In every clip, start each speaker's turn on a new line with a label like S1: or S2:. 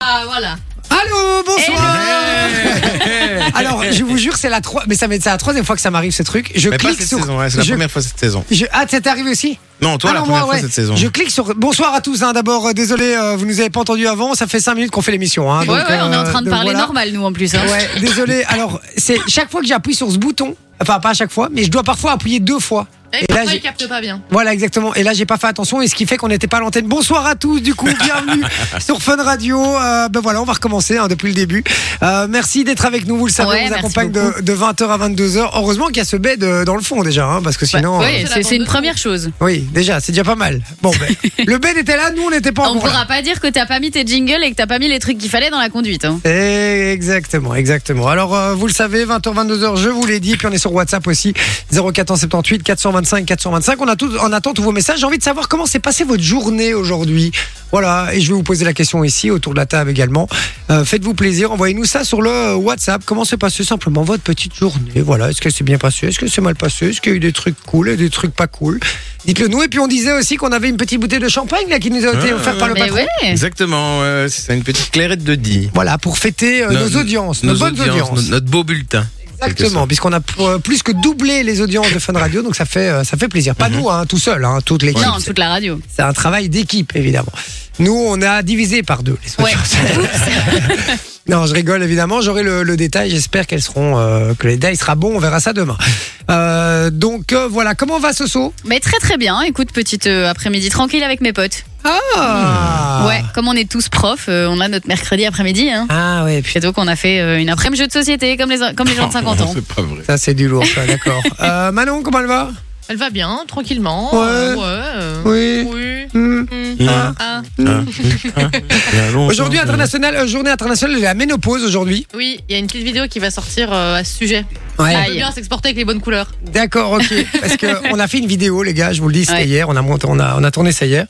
S1: Ah,
S2: bah voilà.
S3: Allô, bonsoir Alors, je vous jure, c'est la trois, mais ça m'est- c'est la troisième fois que ça m'arrive ce truc. Je
S4: Mais pas
S3: clique
S4: cette
S3: sur.
S4: saison, ouais, c'est la
S3: je-
S4: première fois cette saison.
S3: je- Ah, ça t'est arrivé aussi
S4: Non, toi, la
S3: Alors,
S4: première
S3: moi,
S4: fois
S3: ouais.
S4: cette saison.
S3: Je clique sur. Bonsoir à tous. hein. D'abord, euh, désolé, euh, vous nous avez pas entendu avant. Ça fait cinq minutes qu'on fait l'émission. hein.
S2: Ouais,
S3: Donc,
S2: ouais, on est en
S3: euh,
S2: train de
S3: donc
S2: parler
S3: voilà.
S2: normal, nous, en plus. hein.
S3: Ouais, désolé. Alors, c'est chaque fois que j'appuie sur ce bouton, enfin pas à chaque fois, mais je dois parfois appuyer deux fois.
S2: Et,
S3: Et là,
S2: pourquoi
S3: j'ai-
S2: il capte pas bien
S3: Voilà, exactement. Et là, j'ai pas fait attention, et ce qui fait qu'on n'était pas à l'antenne. Bonsoir à tous, du coup, bienvenue sur Fun Radio. Euh, ben voilà, on va recommencer hein, depuis le début. Euh, merci d'être avec nous, vous le savez,
S2: Ouais,
S3: on vous
S2: merci
S3: accompagne de,
S2: beaucoup.
S3: 20h à 22h. Heureusement qu'il y a ce bed euh, dans le fond déjà, hein, parce que sinon. euh,
S2: Ouais,
S1: Oui,
S2: c'est la
S1: c'est
S2: bande
S1: c'est une
S2: de
S1: première chose.
S3: oui, déjà, c'est déjà pas mal. Bon, ben, le bed était là, nous, on n'était pas
S1: On
S3: encore là.
S1: pourra pas dire que t'as pas mis tes jingles et que t'as pas mis les trucs qu'il fallait dans la conduite. hein.
S3: Exactement, exactement. Alors, euh, vous le savez, 20h, 22h, je vous l'ai dit. Puis on est sur WhatsApp aussi, 0478 425 425. On, a tout, on attend tous vos messages. J'ai envie de savoir comment s'est passée votre journée aujourd'hui. Voilà, et je vais vous poser la question ici, autour de la table également. Euh, Faites-vous plaisir, envoyez-nous ça sur le euh, WhatsApp. Comment s'est passée simplement votre petite journée Voilà, est-ce que c'est bien passé Est-ce que c'est mal passé Est-ce qu'il y a eu des trucs cool et des trucs pas cool Dites-le nous. Et puis on disait aussi qu'on avait une petite bouteille de champagne là qui nous a été
S4: Ah,
S3: offerte par le
S1: Mais
S3: patron.
S1: ouais.
S4: Exactement, ouais, ouais, c'est une petite clairette de dit.
S3: Voilà, pour fêter euh, nos,
S4: Nos-
S3: audiences, nos, bonnes audiences.
S4: no- notre beau bulletin.
S3: Exactement, puisqu'on a euh, plus que doublé les audiences de Fun Radio, donc ça fait, euh, ça fait plaisir. Pas nous, hein, tout seul, hein, toute l'équipe.
S1: Mhm. Non, toute la radio.
S3: C'est un travail d'équipe, évidemment. Nous, on a divisé par deux les
S1: Ouais.
S3: audiences. non, je rigole, évidemment. J'aurai le, le détail. J'espère qu'elles seront, euh, que le détail sera bon. On verra ça demain. Euh, donc, euh, voilà. Comment va Soso
S1: Mais très très bien. Écoute, petite euh, après-midi tranquille avec mes potes.
S3: Ah
S1: Ouais, comme on est tous profs, euh, on a notre mercredi après-midi. Hein.
S3: Ah, ouais,
S1: Et
S3: putain.
S1: donc on a fait euh, une après-midi jeu de société comme les, comme les
S3: Oh,
S1: gens de 50 ans.
S4: C'est pas vrai.
S3: Ça, c'est du lourd, ça, d'accord. Euh, Manon, comment elle va
S2: Elle va bien, tranquillement.
S3: Ouais.
S2: euh, ouais, euh,
S3: Oui.
S2: oui.
S3: Hmm.
S2: Mm.
S4: Ah,
S1: Hein
S2: Ah,
S4: ah, ah, il y a longtemps,
S3: Hein Aujourd'hui,
S4: euh,
S3: internationale, euh, journée internationale de la ménopause aujourd'hui.
S2: oui, il y a une petite vidéo qui va sortir euh, à ce sujet.
S3: Ouais.
S2: Elle peut bien s'exporter avec les bonnes couleurs.
S3: D'accord, ok. Parce que on a fait une vidéo, les gars, je vous le dis, c'était
S1: Ouais.
S3: hier, on a, monté, on, a, on a tourné ça hier,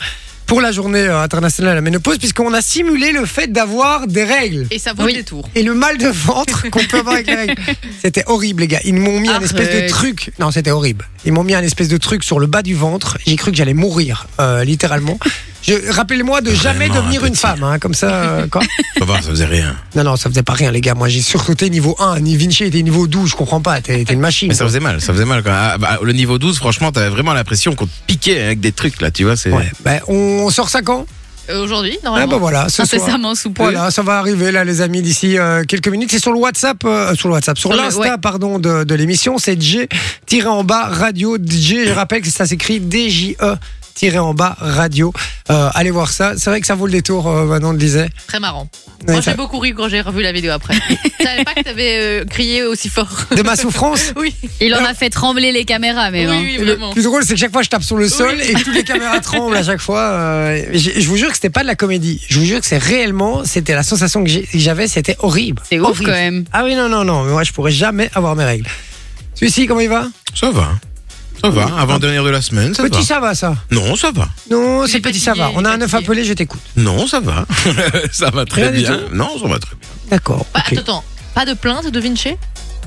S3: pour la journée euh, internationale à la ménopause, puisqu'on a simulé le fait d'avoir des règles.
S2: Et ça vaut
S1: Oui.
S2: le détour.
S3: Et le mal de ventre qu'on peut avoir avec les règles. C'était horrible, les gars. Ils m'ont mis un espèce de
S1: Arrête.
S3: truc. Non, c'était horrible. Ils m'ont mis un espèce de truc sur le bas du ventre. J'ai cru que j'allais mourir, euh, littéralement. Je, rappelez-moi de jamais
S4: Vraiment,
S3: devenir
S4: un
S3: une
S4: petit.
S3: femme, hein, comme ça. euh, quoi
S4: Ça va, ça faisait rien.
S3: non, non, ça faisait pas rien, les gars. Moi, j'ai sursauté niveau 1. Ni Vinci était niveau 12, je comprends pas. T'es, t'es une machine.
S4: Mais ça faisait mal, ça faisait mal. Quand, ah, bah, le niveau 12, franchement, t'avais vraiment l'impression qu'on te piquait avec des trucs là, tu vois. C'est...
S3: Ouais. Ben, on sort ça quand
S2: Euh, Aujourd'hui,
S3: Ah bah
S2: normalement.
S3: voilà, ce soir.
S1: Incessamment sous peu.
S3: Voilà, ça va arriver là, les amis, d'ici euh, quelques minutes. C'est sur le WhatsApp, euh, sur le WhatsApp, sur
S1: Sur le-
S3: l'Insta,
S1: ouais.
S3: pardon, de, de l'émission. C'est J tiré en bas radio DJ. Je rappelle que ça s'écrit D J E tiré en bas radio. Euh, allez voir ça. C'est vrai que ça vaut le détour. Euh, Manon le disait.
S2: Très marrant.
S3: Ouais,
S2: Moi,
S3: ça-
S2: j'ai beaucoup ri quand j'ai revu la vidéo après. Je savais pas que t'avais euh, crié aussi fort.
S3: De ma souffrance.
S2: Oui,
S1: Il en a fait trembler les caméras, mais
S2: oui,
S1: hein.
S2: oui,
S3: Le
S2: vraiment.
S3: plus drôle, c'est que chaque fois je tape sur le sol et que toutes les caméras tremblent à chaque fois. Euh, j'ai- je vous jure que c'était pas de la comédie. Je vous jure que c'est réellement, c'était la sensation que j'ai- que j'avais, c'était horrible.
S1: c'est ouf
S3: Horrible.
S1: quand même.
S3: Ah oui, non, non, non, mais moi je pourrais jamais avoir mes règles. Celui-ci, comment il va
S4: Ça va. Ça va, avant-dernière de la semaine, ça
S3: Petit
S4: va.
S3: ça va, ça.
S4: Non, ça va.
S3: Non,
S2: Il
S3: c'est
S2: est
S3: petit
S2: fatigué,
S3: ça va.
S2: il est
S3: On a un œuf
S2: fatigué.
S3: appelé, je t'écoute.
S4: Non, ça va. ça va très
S3: Rien du
S4: bien. Non, ça va très bien.
S3: D'accord.
S2: Pas-
S3: ok.
S2: Bah, Attends, attends. Pas de plainte de Vinci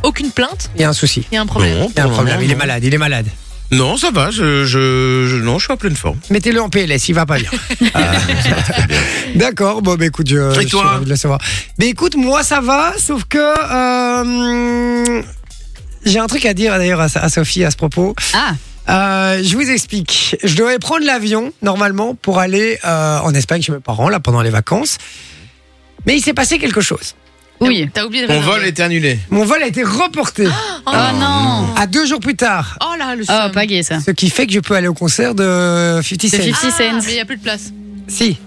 S2: Aucune plainte
S3: Il y a un souci.
S2: Il y a un problème.
S4: Non,
S3: Il y a un
S4: pour le
S3: problème.
S4: moment,
S3: Il est
S4: non.
S3: malade, il est malade.
S4: Non, ça va. Je, je, je- non, je suis en pleine forme.
S3: Mettez-le en PLS, il va pas bien. Ah. D'accord, bon, bah écoute, je,
S4: Et
S3: je suis
S4: toi
S3: ravi de le savoir. Mais écoute, moi ça va, sauf que. euh, hum, j'ai un truc à dire d'ailleurs à, à Sophie à ce propos.
S1: Ah,
S3: Euh, je vous explique. Je devais prendre l'avion normalement pour aller euh, en Espagne chez mes parents là pendant les vacances. Mais il s'est passé quelque chose.
S1: oui.
S2: T'as oublié de
S4: Mon
S2: réserver.
S4: vol est annulé.
S3: Mon vol a été reporté
S1: Oh non.
S3: à deux jours plus tard.
S2: Oh là, le
S3: Ah,
S1: Oh,
S2: seum.
S1: pas gay ça.
S3: Ce qui fait que je peux aller au concert de 50
S1: De
S3: Cent.
S1: 50
S2: Ah,
S1: Cent.
S2: mais il n'y a plus de place.
S3: Si.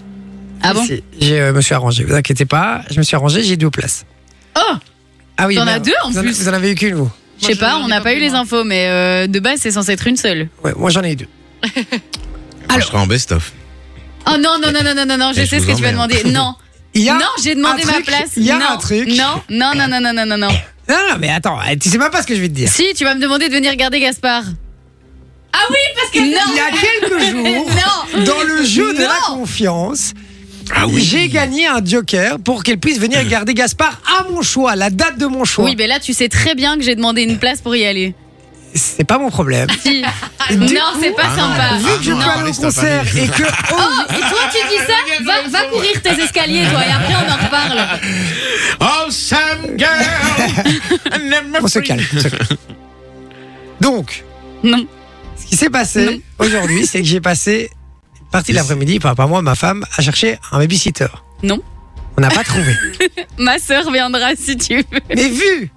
S1: Ah bon
S3: Si. Je euh, me suis arrangé, vous inquiétez pas. Je me suis arrangé, j'ai deux places.
S1: Oh
S3: Ah oui.
S1: T'en
S3: merde.
S1: as deux, en
S3: vous
S1: plus
S3: vous en avez eu qu'une, vous
S1: Je sais
S2: Moi,
S1: pas,
S2: j'en ai
S1: on n'a pas eu
S2: plus,
S1: les
S2: moi.
S1: infos, mais euh, de base, c'est censé être une seule.
S3: Ouais, moi j'en ai eu deux.
S4: Moi, je serai en best-of.
S1: Oh non, non, non, non, non, non, non, je
S4: Eh, je
S1: sais ce
S4: vous
S1: que tu vas
S4: emmerde.
S1: demander. Non,
S3: Il y a
S1: non, j'ai demandé
S3: un
S1: ma
S3: truc,
S1: place.
S3: Il y a
S1: non,
S3: un truc.
S1: Non, non, non, non, non, non, non, non.
S3: Non, non, mais attends, eh, tu sais même pas ce que je vais te dire.
S1: Si, tu vas me demander de venir regarder Gaspard. Ah oui, parce que.
S3: Il y
S1: Non
S3: a quelques jours,
S1: Non.
S3: dans le jeu de la
S1: Non.
S3: confiance,
S4: Ah oui. Euh.
S3: j'ai gagné un joker pour qu'elle puisse venir garder Gaspard à mon choix, la date de mon choix.
S1: Oui, mais là, tu sais très bien que j'ai demandé une place pour y aller.
S3: c'est pas mon problème.
S1: Si.
S3: Du
S1: non, c'est pas
S4: Ah non,
S1: sympa.
S4: ah
S3: Vu que je
S4: non,
S3: peux aller au
S4: Alice, t'as pas
S3: concert
S4: dit.
S3: et que. Oh,
S1: Oh, et toi, tu dis ça va, va courir tes escaliers, toi, et après, on en reparle.
S4: Oh, Sam Girl
S3: on se calme. on se calme. Donc,
S1: Non.
S3: ce qui s'est passé aujourd'hui, c'est que j'ai passé une partie de l'après-midi, enfin pas moi, ma femme, à chercher un babysitter.
S1: Non.
S3: On n'a pas trouvé.
S1: Ma sœur viendra si tu veux.
S3: Mais vu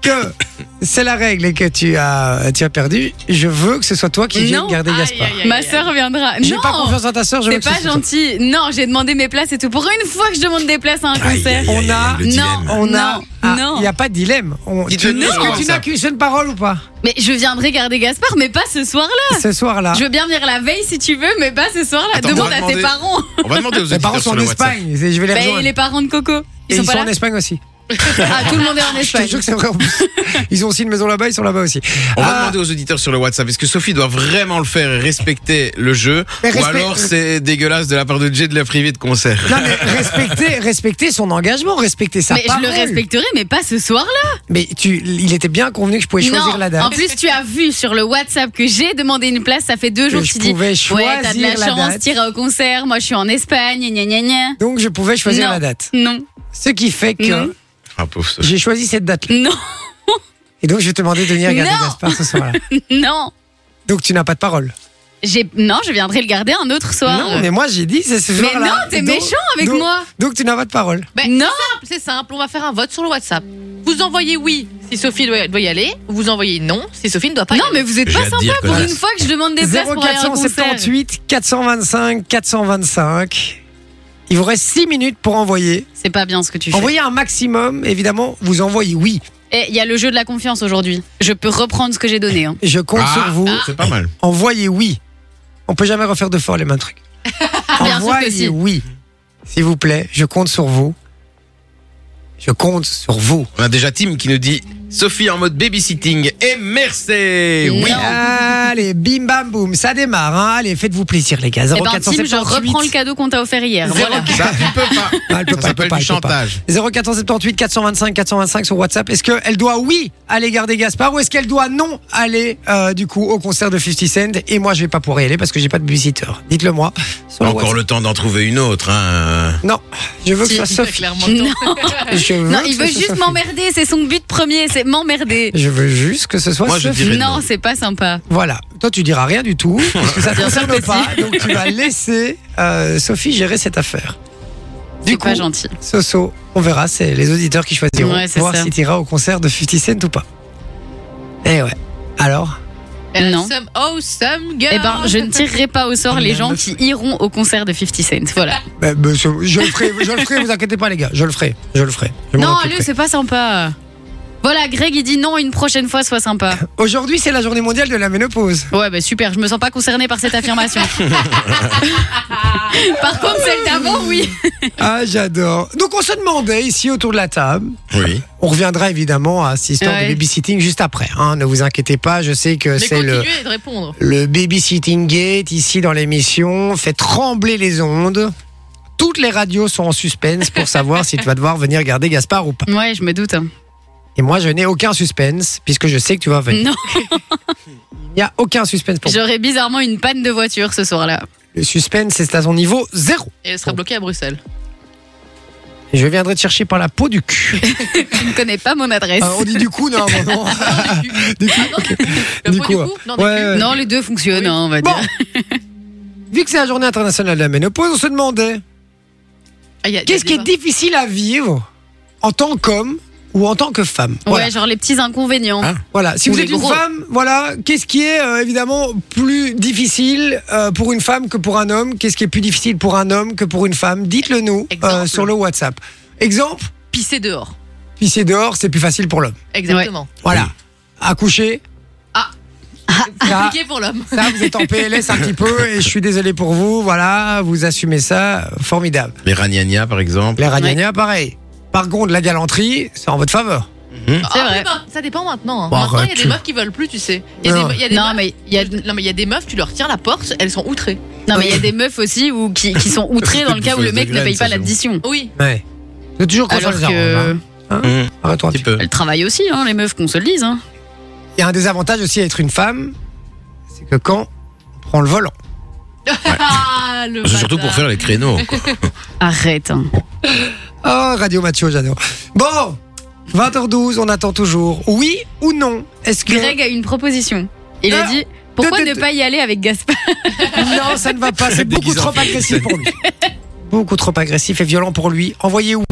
S3: que c'est la règle et que tu as, tu as perdu, je veux que ce soit toi qui vienne
S1: Non,
S3: garder
S2: aïe,
S3: Gaspard.
S2: aïe, aïe.
S1: Ma sœur viendra.
S3: J'ai
S1: Non,
S3: pas confiance en ta sœur, je veux
S1: c'est
S3: que ce
S1: pas
S3: soit toi.
S1: gentil. Non, j'ai demandé mes places et tout. Pour une fois que je demande des places à un
S4: Aïe,
S1: concert.
S4: aïe, aïe,
S3: On a-
S4: le
S1: Non.
S4: dilemme.
S3: On a.
S1: Non,
S3: ah,
S1: non.
S3: Il n'y a pas de dilemme. On, tu,
S4: Dites-le nous,
S3: est-ce
S4: comment
S3: que tu
S4: ça
S3: n'as qu'une seule parole ou pas
S1: Mais je viendrai garder Gaspard, mais pas ce soir-là.
S3: Ce soir-là.
S1: Ah. Je veux bien venir la veille si tu veux, mais pas ce soir-là.
S4: Attends, on
S1: Demande
S4: va
S1: à tes
S4: demander-
S1: parents.
S4: On va demander aux
S3: Mes parents
S4: auditeurs
S3: sont
S4: sur
S3: en
S4: le WhatsApp.
S3: Espagne. et Je vais les
S1: Ben,
S3: rejoindre.
S1: et les parents de Coco. Ils
S3: Et
S1: sont
S3: ils
S1: pas
S3: sont
S1: là.
S3: en Espagne aussi.
S1: Ah, tout le monde est en
S3: Je te
S1: Espagne.
S3: jure que c'est vrai en plus. Ils ont aussi une maison là-bas, ils sont là-bas aussi.
S4: On va
S3: Ah,
S4: demander aux auditeurs sur le WhatsApp. Est-ce que Sophie doit vraiment le faire et respecter le jeu
S3: Mais
S4: Ou
S3: respect-
S4: alors c'est dégueulasse de la part de Jay de la priver de concert
S3: non mais respecter, respecter son engagement, respecter sa
S1: Mais je
S3: parole.
S1: le respecterai, mais pas ce soir-là.
S3: Mais tu, il était bien convenu que je pouvais choisir
S1: Non.
S3: la date.
S1: En plus, tu as vu sur le WhatsApp que j'ai demandé une place. Ça fait deux jours que
S3: je
S1: tu dis.
S3: pouvais choisir
S1: Ouais, t'as de la
S3: la
S1: chance,
S3: date.
S1: t'iras au concert. Moi, je suis en Espagne. Gna gna gna.
S3: Donc je pouvais choisir
S1: Non.
S3: la date.
S1: Non,
S3: Ce qui fait que
S1: Non.
S4: Ah, pauvre Sophie.
S3: j'ai choisi cette date. là
S1: non,
S3: Et donc je vais te demander de venir regarder
S1: Non.
S3: Gaspard ce soir-là.
S1: non.
S3: Donc tu n'as pas de parole.
S1: J'ai non, je viendrai le garder un autre soir.
S3: Non, mais moi j'ai dit c'est ce
S1: Mais
S3: soir-là.
S1: non, t'es
S3: Donc-
S1: méchant avec
S3: donc-
S1: moi.
S3: Donc tu n'as pas de parole.
S2: Ben,
S1: Non,
S2: C'est simple, on va faire un vote sur le WhatsApp. Vous envoyez oui si Sophie doit doit y aller, vous envoyez non si Sophie ne doit pas y
S1: non,
S2: aller.
S1: mais vous êtes
S4: J'ai
S1: pas
S4: hâte d'y
S1: sympa pour
S4: reconnaître.
S1: une fois que je demande des places pour aller à un concert.
S3: 0478 425 425. Il vous reste 6 minutes pour envoyer.
S1: C'est pas bien ce que tu fais.
S3: Envoyez un maximum, évidemment, vous envoyez oui.
S1: Et il y a le jeu de la confiance aujourd'hui. Je peux reprendre ce que j'ai donné. hein.
S3: Je compte
S4: Ah,
S3: sur vous.
S4: C'est pas mal.
S3: Envoyez oui. On peut jamais refaire de fort les mêmes trucs.
S1: Bien sûr que
S3: envoyez
S1: si.
S3: oui. S'il vous plaît, je compte sur vous. Je compte sur vous.
S4: On a déjà Tim qui nous dit Sophie en mode babysitting et merci. Oui.
S1: Non.
S3: Allez, bim bam boum, ça démarre. hein. Allez, faites-vous plaisir les gars.
S1: Eh ben, Tim, je reprends le
S3: 0478
S1: cadeau qu'on t'a offert hier. Voilà.
S4: Ça, tu peux pas.
S3: Ah, elle peut
S4: Ça
S3: pas, elle peut
S4: s'appelle
S3: pas,
S4: du
S3: elle peut pas.
S4: chantage.
S3: 0478 425 425 sur WhatsApp. Est-ce qu'elle doit oui aller garder Gaspard ou est-ce qu'elle doit non aller euh, du coup au concert de 50 Cent Et moi, je vais pas pouvoir y aller parce que j'ai pas de babysitter. Dites-le moi. sur le
S4: Encore
S3: WhatsApp.
S4: le temps d'en trouver une autre. Hein.
S3: Non, je veux que
S2: Si,
S3: ça
S2: très
S3: Sophie.
S2: clairement, non.
S3: Je veux
S1: Non,
S3: que
S1: il
S3: ce
S1: veut
S3: soit
S1: juste
S3: Sophie.
S1: m'emmerder. C'est son but premier, c'est m'emmerder.
S3: Je veux juste que ce soit
S4: Moi, je
S3: Sophie.
S4: dirais
S1: Non,
S4: non.
S1: c'est pas sympa.
S3: Voilà. Toi, tu diras rien du tout parce que ça te
S1: Bien sûr
S3: concerne
S1: que
S3: pas. Donc, tu vas laisser euh, Sophie gérer cette affaire.
S1: C'est
S3: Du coup,
S1: pas gentil.
S3: Soso, on verra. C'est les auditeurs qui choisiront
S1: Ouais, c'est
S3: voir
S1: ça.
S3: si tu iras au concert de 50 Cent ou pas. Eh ouais. Alors.
S2: Elle
S1: Non.
S2: a oh, some awesome girl.
S1: Eh ben, je ne tirerai pas au sort les gens qui iront au concert de 50 Cent. Voilà.
S3: Ben, ben, je, je le ferai, je le ferai, vous inquiétez pas les gars, je le ferai, je le ferai. je m'en
S1: Non,
S3: occuperai.
S1: lui, c'est pas sympa. Voilà, Greg, il dit non, une prochaine fois, sois sympa.
S3: Aujourd'hui c'est la journée mondiale de la ménopause.
S1: Ouais, bah super, je me sens pas concernée par cette affirmation. par contre, celle d'avant, oui.
S3: Ah j'adore. Donc on se demandait ici autour de la table,
S4: Oui.
S3: on reviendra évidemment à cette histoire
S1: Ouais.
S3: de babysitting juste après. hein, ne vous inquiétez pas, je sais que
S2: Mais
S3: c'est le
S2: continuez de répondre.
S3: le babysitting gate ici dans l'émission fait trembler les ondes. Toutes les radios sont en suspense pour savoir si tu vas devoir venir garder Gaspard ou pas.
S1: Ouais, je me doute. hein.
S3: Et moi je n'ai aucun suspense puisque je sais que tu vas venir.
S1: Non,
S3: Il n'y a aucun suspense pour moi.
S1: j'aurais bizarrement une panne de voiture ce soir-là.
S3: Le suspense c'est à son niveau zéro.
S2: Et elle sera bloquée à Bruxelles.
S3: Et Je viendrai te chercher par la peau du cul.
S1: Tu ne connais pas mon adresse.
S3: Ah, on dit du coup, non, non, non. du coup, ok.
S2: Le
S3: Du
S2: pot
S3: coup,
S2: du coup Non, du
S3: ouais,
S2: cul.
S3: ouais.
S1: Non, les deux fonctionnent,
S2: Oui.
S1: hein, on va
S3: Bon.
S1: dire.
S3: Vu que c'est la journée internationale de la ménopause, on se demandait
S2: Ah, il y a- il y a
S3: qu'est-ce qui est
S2: débat.
S3: difficile à vivre en tant qu'homme ou en tant que femme. Voilà. Ah.
S1: Ouais, genre les petits inconvénients.
S4: Hein
S3: Voilà. Si
S1: Ah. Ou
S3: vous
S1: les
S3: êtes une
S1: gros.
S3: femme, voilà, qu'est-ce qui est euh, évidemment plus difficile euh, pour une femme que pour un homme Qu'est-ce qui est plus difficile pour un homme que pour une femme Dites-le nous euh,
S2: Exemple.
S3: sur le WhatsApp. Exemple,
S2: Pisser dehors.
S3: pisser dehors, c'est plus facile pour l'homme.
S2: Exactement.
S3: Voilà.
S4: Oui.
S3: Accoucher.
S2: Ah.
S3: Ça,
S2: Compliqué pour l'homme.
S3: Ça, vous êtes en PLS un petit peu et je suis désolé pour vous. Voilà, vous assumez ça. Formidable.
S4: Les ragnagnas, par exemple.
S3: Les ragnagnas, pareil. Par contre, la galanterie, c'est en votre faveur.
S1: C'est
S2: Ah,
S1: vrai.
S2: oui, bah, ça dépend maintenant. hein.
S3: Bah,
S2: maintenant, il y a
S3: arrête.
S2: des meufs qui veulent plus, tu sais. Il y a
S3: Non.
S2: des, il y a des
S1: Non,
S2: meufs-
S1: mais il y a,
S2: Non, mais il y a des meufs, tu leur tiens la porte, elles sont outrées.
S1: non, mais il y a des meufs aussi où, qui, qui sont outrées dans le cas où le mec ne paye pas l'addition.
S2: Oui.
S3: Ouais. C'est toujours comme ça
S1: Alors
S3: les arrange,
S1: que
S3: hein. Arrête-toi.
S4: Un petit peu.
S1: elles travaillent aussi, hein, les meufs, qu'on se le dise. hein.
S3: y a un désavantage aussi à être une femme, c'est que quand on prend le volant,
S2: Ah, le
S4: C'est surtout pour
S2: bâtard.
S4: faire les créneaux. quoi.
S1: Arrête. hein.
S3: Oh, Radio Mathieu, j'adore. Bon, 20h12, on attend toujours. Oui ou non Est-ce que.
S1: Greg a une proposition. Il a
S3: Ah.
S1: dit pourquoi
S3: Tout, tout,
S1: ne
S3: tout.
S1: pas y aller avec Gaspard ah,
S3: Non, ça ne va pas, c'est beaucoup
S4: Déguisant.
S3: trop agressif pour lui. beaucoup trop agressif et violent pour lui. Envoyez oui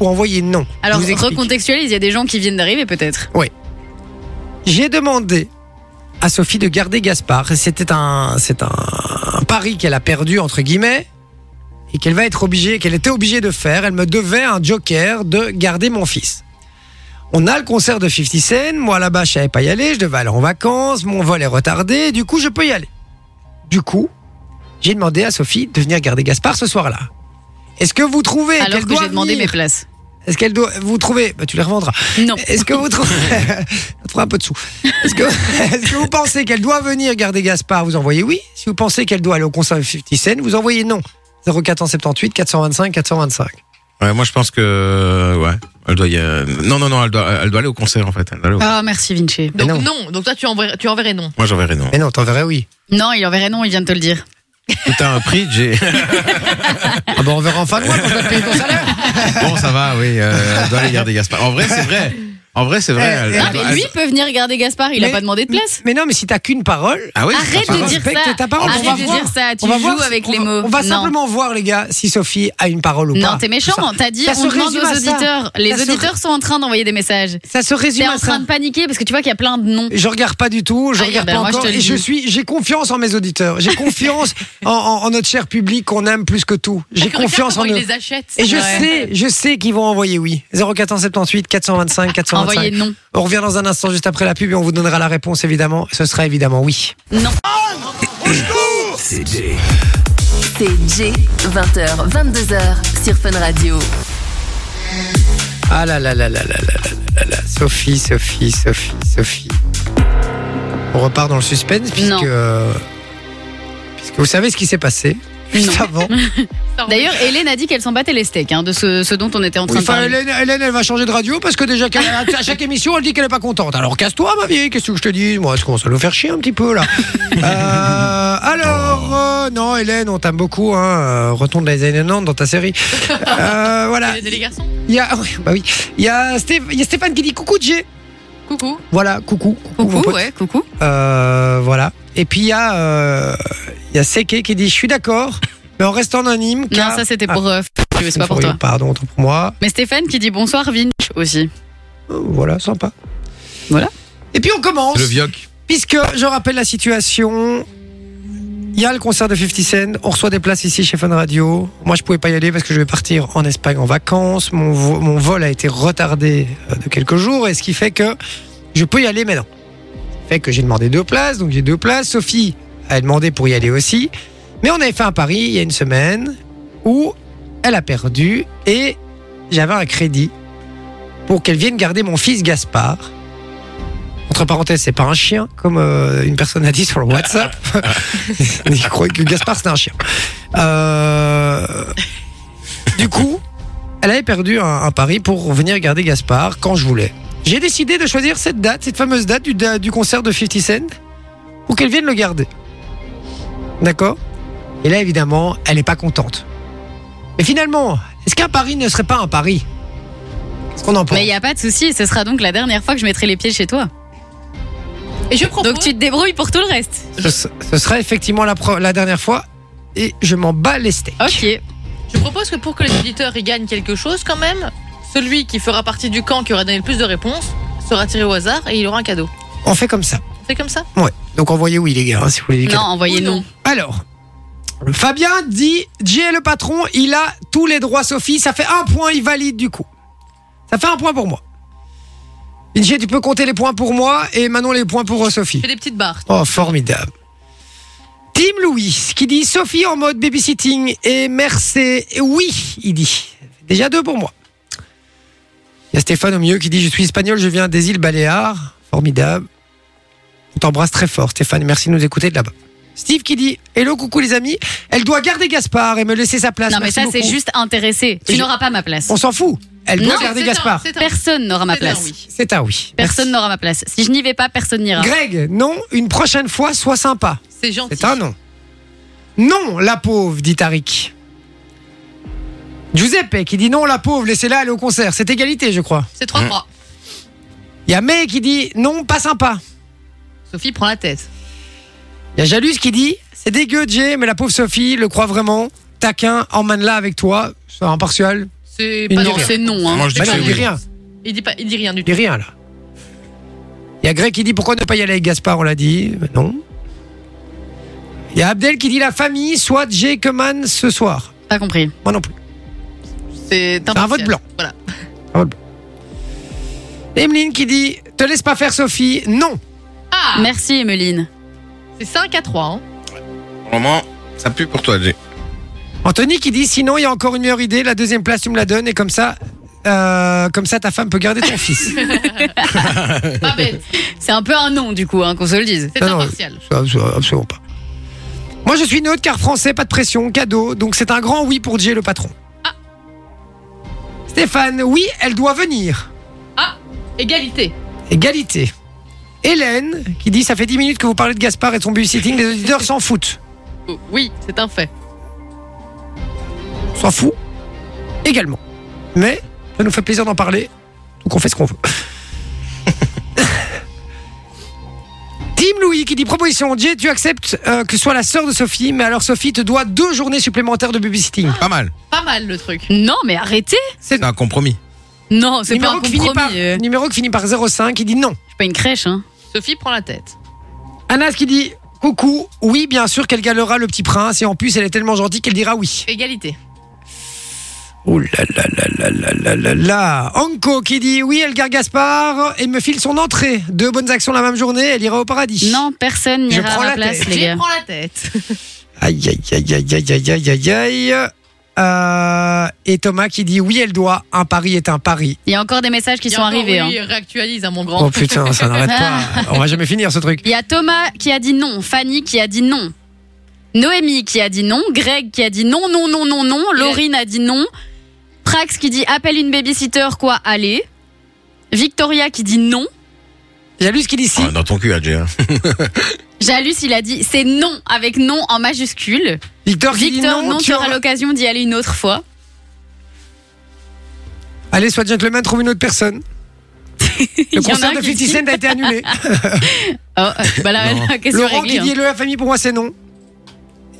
S3: ou envoyez non.
S1: Alors
S3: Je vous explique.
S1: recontextualise, il y a des gens qui viennent d'arriver peut-être.
S3: J'ai demandé à Sophie de garder Gaspard. Et C'était un, c'est un, un pari qu'elle a perdu, entre guillemets, et qu'elle va être obligée, qu'elle était obligée de faire. Elle me devait un joker de garder mon fils. On a le concert de 50 Cent. Moi, là-bas, je savais pas y aller. Je devais aller en vacances. Mon vol est retardé. Du coup, je peux y aller. Du coup, j'ai demandé à Sophie de venir garder Gaspard ce soir-là. Est-ce que vous trouvez
S1: Alors
S3: qu'elle
S1: que
S3: doit
S1: j'ai demandé
S3: Eh, venir
S1: mes places.
S3: Est-ce qu'elle doit vous trouvez bah, Tu les revendras.
S1: Non.
S3: Est-ce que vous trouvez. On trouvera un peu de sous. Est-ce que, est-ce que vous pensez qu'elle doit venir garder Gaspard Vous envoyez oui. Si vous pensez qu'elle doit aller au concert de 50 Cent, vous envoyez non. 0478 425 425.
S4: Ouais, moi je pense que euh, ouais, elle doit y euh, non non non, elle doit elle doit aller au concert en fait. Elle doit aller au-
S1: Oh merci Vinci.
S3: Mais non.
S2: Donc non. donc toi tu enverrais, tu enverrais non.
S4: Moi j'enverrai non.
S3: Mais non, t'enverrais oui.
S1: Non, il enverrait non, il vient de te le dire.
S4: Tout a un prix, j'ai.
S3: Ah bah on verra en fin de mois quand je vais te payer ton salaire.
S4: Bon ça va, oui. euh, elle doit aller garder Gaspard. En vrai c'est vrai. En vrai c'est vrai.
S3: Eh,
S4: elle-
S3: eh,
S4: elle
S1: Ah,
S4: doit-
S1: mais lui
S4: elle-
S1: peut venir regarder Gaspard, il a
S3: Mais-
S1: pas demandé de place.
S3: Mais non, mais si t'as qu'une parole.
S4: Ah oui. c'est
S1: Arrête
S4: pas
S1: de
S4: grave.
S1: dire
S3: Respecte
S1: ça. Ah,
S3: ta parole, on
S1: Arrête
S3: va
S1: de
S3: voir.
S1: dire ça. Tu
S3: on va
S1: joues
S3: voir si-
S1: avec
S3: on
S1: les
S3: va-
S1: mots.
S3: On va
S1: Non.
S3: simplement voir, les gars, si Sophie a une parole ou pas.
S1: Non, t'es méchant.
S3: Tout ça.
S1: T'as dit,
S3: Ça se
S1: on demande
S3: résume à
S1: aux
S3: ça.
S1: auditeurs. Les
S3: Ça se-
S1: auditeurs sont en train d'envoyer des messages.
S3: Ça se résume
S1: T'es
S3: à
S1: en train
S3: ça.
S1: de paniquer parce que tu vois qu'il y a plein de noms.
S3: Je regarde pas du tout, je
S1: Ah,
S3: regarde
S1: ben,
S3: pas
S1: moi, je
S3: encore.
S1: te le
S3: et je
S1: dis.
S3: suis, j'ai confiance en mes auditeurs. J'ai confiance en, en- en notre cher public qu'on aime plus que tout. J'ai
S2: Tu regardes
S3: confiance en
S2: Ah, comment
S3: eux.
S2: Ils les euh, achètent.
S3: Et je
S2: Ouais.
S3: sais, je sais qu'ils vont envoyer oui. 0478 425 425.
S1: Envoyez non.
S3: On revient dans un instant juste après la pub et on vous donnera la réponse évidemment. Ce sera évidemment oui.
S5: C'est J, 20h, 22h sur Fun Radio.
S3: Ah là là là là là là là là là. Sophie, Sophie, Sophie, Sophie. On repart dans le suspense puisque,
S1: Non.
S3: euh, puisque vous savez ce qui s'est passé juste avant.
S1: D'ailleurs, Hélène a dit qu'elle s'en battait les steaks hein, de ce, ce dont on était en train
S3: Oui,
S1: de
S3: enfin,
S1: parler.
S3: Hélène, Hélène, elle va changer de radio parce que déjà, qu'elle- à chaque émission, elle dit qu'elle est pas contente. Alors casse-toi, ma vieille, qu'est-ce que je te dis Moi, est-ce qu'on va nous faire chier un petit peu là Euh, Alors, euh, non, Hélène, on t'aime beaucoup. Hein, euh, retourne dans les années 90 dans ta série. Euh, voilà.
S2: Les, les garçons.
S3: Il y a, oui, bah oui, il y a, Stéph- il y a Stéphane qui dit coucou J.
S2: Coucou.
S3: Voilà, coucou. mon
S1: Coucou,
S3: pote.
S1: ouais, coucou.
S3: Euh, voilà. Et puis il y a, euh, il y a Seke qui dit je suis d'accord, mais en restant anonyme.
S1: Non,
S3: car-
S1: ça c'était
S3: Ah,
S1: pour. euh, c'est pas pour toi.
S3: Pardon, autant pour moi.
S1: Mais Stéphane qui dit bonsoir Vinch aussi.
S3: Euh, Voilà, sympa.
S1: Voilà.
S3: Et puis on commence,
S4: Le vioc.
S3: puisque je rappelle la situation. Il y a le concert de 50 Cent, on reçoit des places ici chez Fun Radio. Moi, je pouvais pas y aller parce que je vais partir en Espagne en vacances. Mon, vo- mon vol a été retardé euh, de quelques jours, et ce qui fait que je peux y aller maintenant. Ce qui fait que j'ai demandé deux places, donc j'ai deux places. Sophie a demandé pour y aller aussi. Mais on avait fait un pari il y a une semaine où elle a perdu et j'avais un crédit pour qu'elle vienne garder mon fils Gaspard. Entre parenthèses, c'est pas un chien, comme euh, une personne a dit sur le WhatsApp. Il croyait que Gaspard c'était un chien. Euh, Du coup, elle avait perdu un, un pari pour venir garder Gaspard quand je voulais. J'ai décidé de choisir cette date, cette fameuse date du, du concert de 50 Cent, pour qu'elle vienne le garder. D'accord Et là, évidemment, elle n'est pas contente. Mais finalement, est-ce qu'un pari ne serait pas un pari Qu'est-ce qu'on en pense
S1: Mais il n'y a pas de souci, ce sera donc la dernière fois que je mettrai les pieds chez toi.
S2: Et je
S3: Oh,
S2: propose.
S1: Donc tu te débrouilles pour tout le reste.
S3: ce, s- ce serait effectivement la, pro- la dernière fois et je m'en bats les steaks.
S1: Ok.
S2: Je propose que pour que les auditeurs y gagnent quelque chose quand même, celui qui fera partie du camp qui aura donné le plus de réponses sera tiré au hasard et il aura un cadeau.
S3: On fait comme ça.
S2: On fait comme ça
S3: Ouais. Donc envoyez oui les gars, hein, si vous voulez. des
S1: Non,
S3: cadeaux.
S1: envoyez
S2: Ou
S1: non.
S2: non.
S3: Alors, Fabien dit, Jay est le patron, il a tous les droits, Sophie. Ça fait un point, il valide du coup. Ça fait un point pour moi. Jay, tu peux compter les points pour moi et Manon les points pour euh, Sophie.
S2: Je fais des petites barres.
S3: Oh, formidable. Tim Louis qui dit Sophie en mode babysitting et merci. Et Oui, il dit. Déjà deux pour moi. Il y a Stéphane au milieu qui dit Je suis espagnol, je viens des îles Baléares. Formidable. On t'embrasse très fort, Stéphane. Merci de nous écouter de là-bas. Steve qui dit Hello, coucou les amis. Elle doit garder Gaspard et me laisser sa place.
S1: Non, mais
S3: Merci
S1: ça c'est
S3: beaucoup.
S1: juste intéressé. Tu
S3: Je-
S1: n'auras pas ma place.
S3: On s'en fout. Elle peut
S1: Non,
S3: regarder
S2: c'est un-
S3: Gaspard.
S2: c'est un-
S1: Personne n'aura ma
S2: c'est un
S1: place.
S2: oui.
S3: C'est un oui.
S1: Personne n'aura ma place. Si je n'y vais pas, personne n'ira.
S3: Greg, non, une prochaine fois, sois sympa.
S2: C'est gentil.
S3: C'est un non. Non, la pauvre, dit Tariq. Giuseppe qui dit non, la pauvre, laissez-la aller au concert. C'est égalité, je crois.
S2: C'est 3 3.
S3: Il y a May qui dit non, pas sympa.
S2: Sophie prend la tête.
S3: Il y a Jalus qui dit c'est dégueu, Jay, mais la pauvre Sophie le croit vraiment. Taquin, emmène-la avec toi. C'est impartial.
S2: C'est
S3: Il
S1: Ah
S2: pas
S3: dit
S2: non,
S3: rien.
S2: c'est non. hein.
S4: Moi, je dis
S3: Bah
S4: que
S3: non,
S4: c'est
S3: il dit
S4: oui.
S3: rien.
S2: Il dit pas, il dit rien du
S3: Il
S2: tout.
S3: dit rien, là. Il y a Greg qui dit pourquoi ne pas y aller avec Gaspard, on l'a dit. Mais non. Il y a Abdel qui dit la famille, soit Jay que Man ce soir.
S1: Pas compris.
S3: Moi non plus.
S2: C'est
S3: un vote blanc.
S2: Voilà.
S3: Emeline qui dit Te laisse pas faire, Sophie. Non.
S2: Ah,
S1: Merci, Emeline.
S2: c'est 5 à 3. hein.
S4: Pour le moment, ça pue pour toi, Jay.
S3: Anthony qui dit Sinon, il y a encore une meilleure idée. La deuxième place, tu me la donnes. Et comme ça, euh, comme ça ta femme peut garder ton fils.
S2: Pas bête.
S1: C'est un peu un non, du coup, hein, qu'on se le dise.
S2: Ah, ben, C'est
S3: Non, non.
S2: impartial.
S3: Ça, ça, Absolument pas. Moi, je suis neutre car français, pas de pression, cadeau. Donc, c'est un grand oui pour Jay, le patron. Stéphane, oui, elle doit venir.
S2: Ah, Égalité.
S3: Égalité. Hélène qui dit Ça fait 10 minutes que vous parlez de Gaspard et de son babysitting. Les auditeurs s'en foutent.
S2: Oh, Oui, c'est un fait.
S3: s'en fout également. Mais ça nous fait plaisir d'en parler, donc on fait ce qu'on veut. Tim Louis qui dit proposition, Jay, tu acceptes euh, que ce soit la sœur de Sophie, mais alors Sophie te doit deux journées supplémentaires de babysitting.
S1: Ah,
S4: Pas mal.
S2: Pas mal le truc.
S1: Non, mais arrêtez
S4: C'est un compromis.
S1: Non, c'est pas un
S3: qui
S1: compromis.
S3: finit par,
S1: euh,
S3: numéro qui finit par 05 qui dit non.
S1: Je suis pas une crèche, hein.
S2: Sophie prend la tête.
S3: Anas qui dit coucou, oui bien sûr qu'elle galera le petit prince et en plus elle est tellement gentille qu'elle dira oui.
S2: Égalité.
S3: Oh là là là là là là là là Anko qui dit oui, Elgar Gaspard et me file son entrée. Deux bonnes actions la même journée, elle ira au paradis.
S1: Non, personne
S3: Je
S1: n'ira à
S3: prends
S1: ma
S3: la
S1: place,
S3: tête.
S1: les
S2: Jay
S1: gars.
S2: prend la tête.
S3: Aïe aïe aïe aïe aïe aïe aïe aïe aïe. Euh, et Thomas qui dit oui, elle doit. Un pari est un pari.
S1: Il y a encore des messages qui
S2: Il y a
S1: sont
S2: encore,
S1: arrivés. hein.
S2: Oui, réactualise à mon grand.
S3: Oh putain, ça n'arrête pas. On va jamais finir ce truc.
S1: Il y a Thomas qui a dit non, Fanny qui a dit non, Noémie qui a dit non, Greg qui a dit non, non, non, non, non, Laurine a dit non, Prax qui dit appelle une babysitter, quoi, allez, Victoria qui dit non,
S3: Jalus qui dit si.
S4: Ah, Dans ton cul, là, Jay. hein.
S1: Jalus il a dit c'est non avec non en majuscule,
S3: Victor qui dit
S1: Victor,
S3: non.
S1: non,
S3: tu
S1: tu auras
S3: en-
S1: l'occasion d'y aller une autre fois.
S3: Allez, sois gentleman, trouve une autre personne.
S1: Il
S3: Le
S1: y en a
S3: concert
S1: un
S3: de
S1: qui
S3: 50
S1: dit-
S3: Cent a été annulé.
S1: Oh, euh, bah là,
S4: Non.
S1: la question est
S3: Laurent
S1: réglée.
S3: qui
S1: hein.
S3: dit le la famille pour moi c'est non.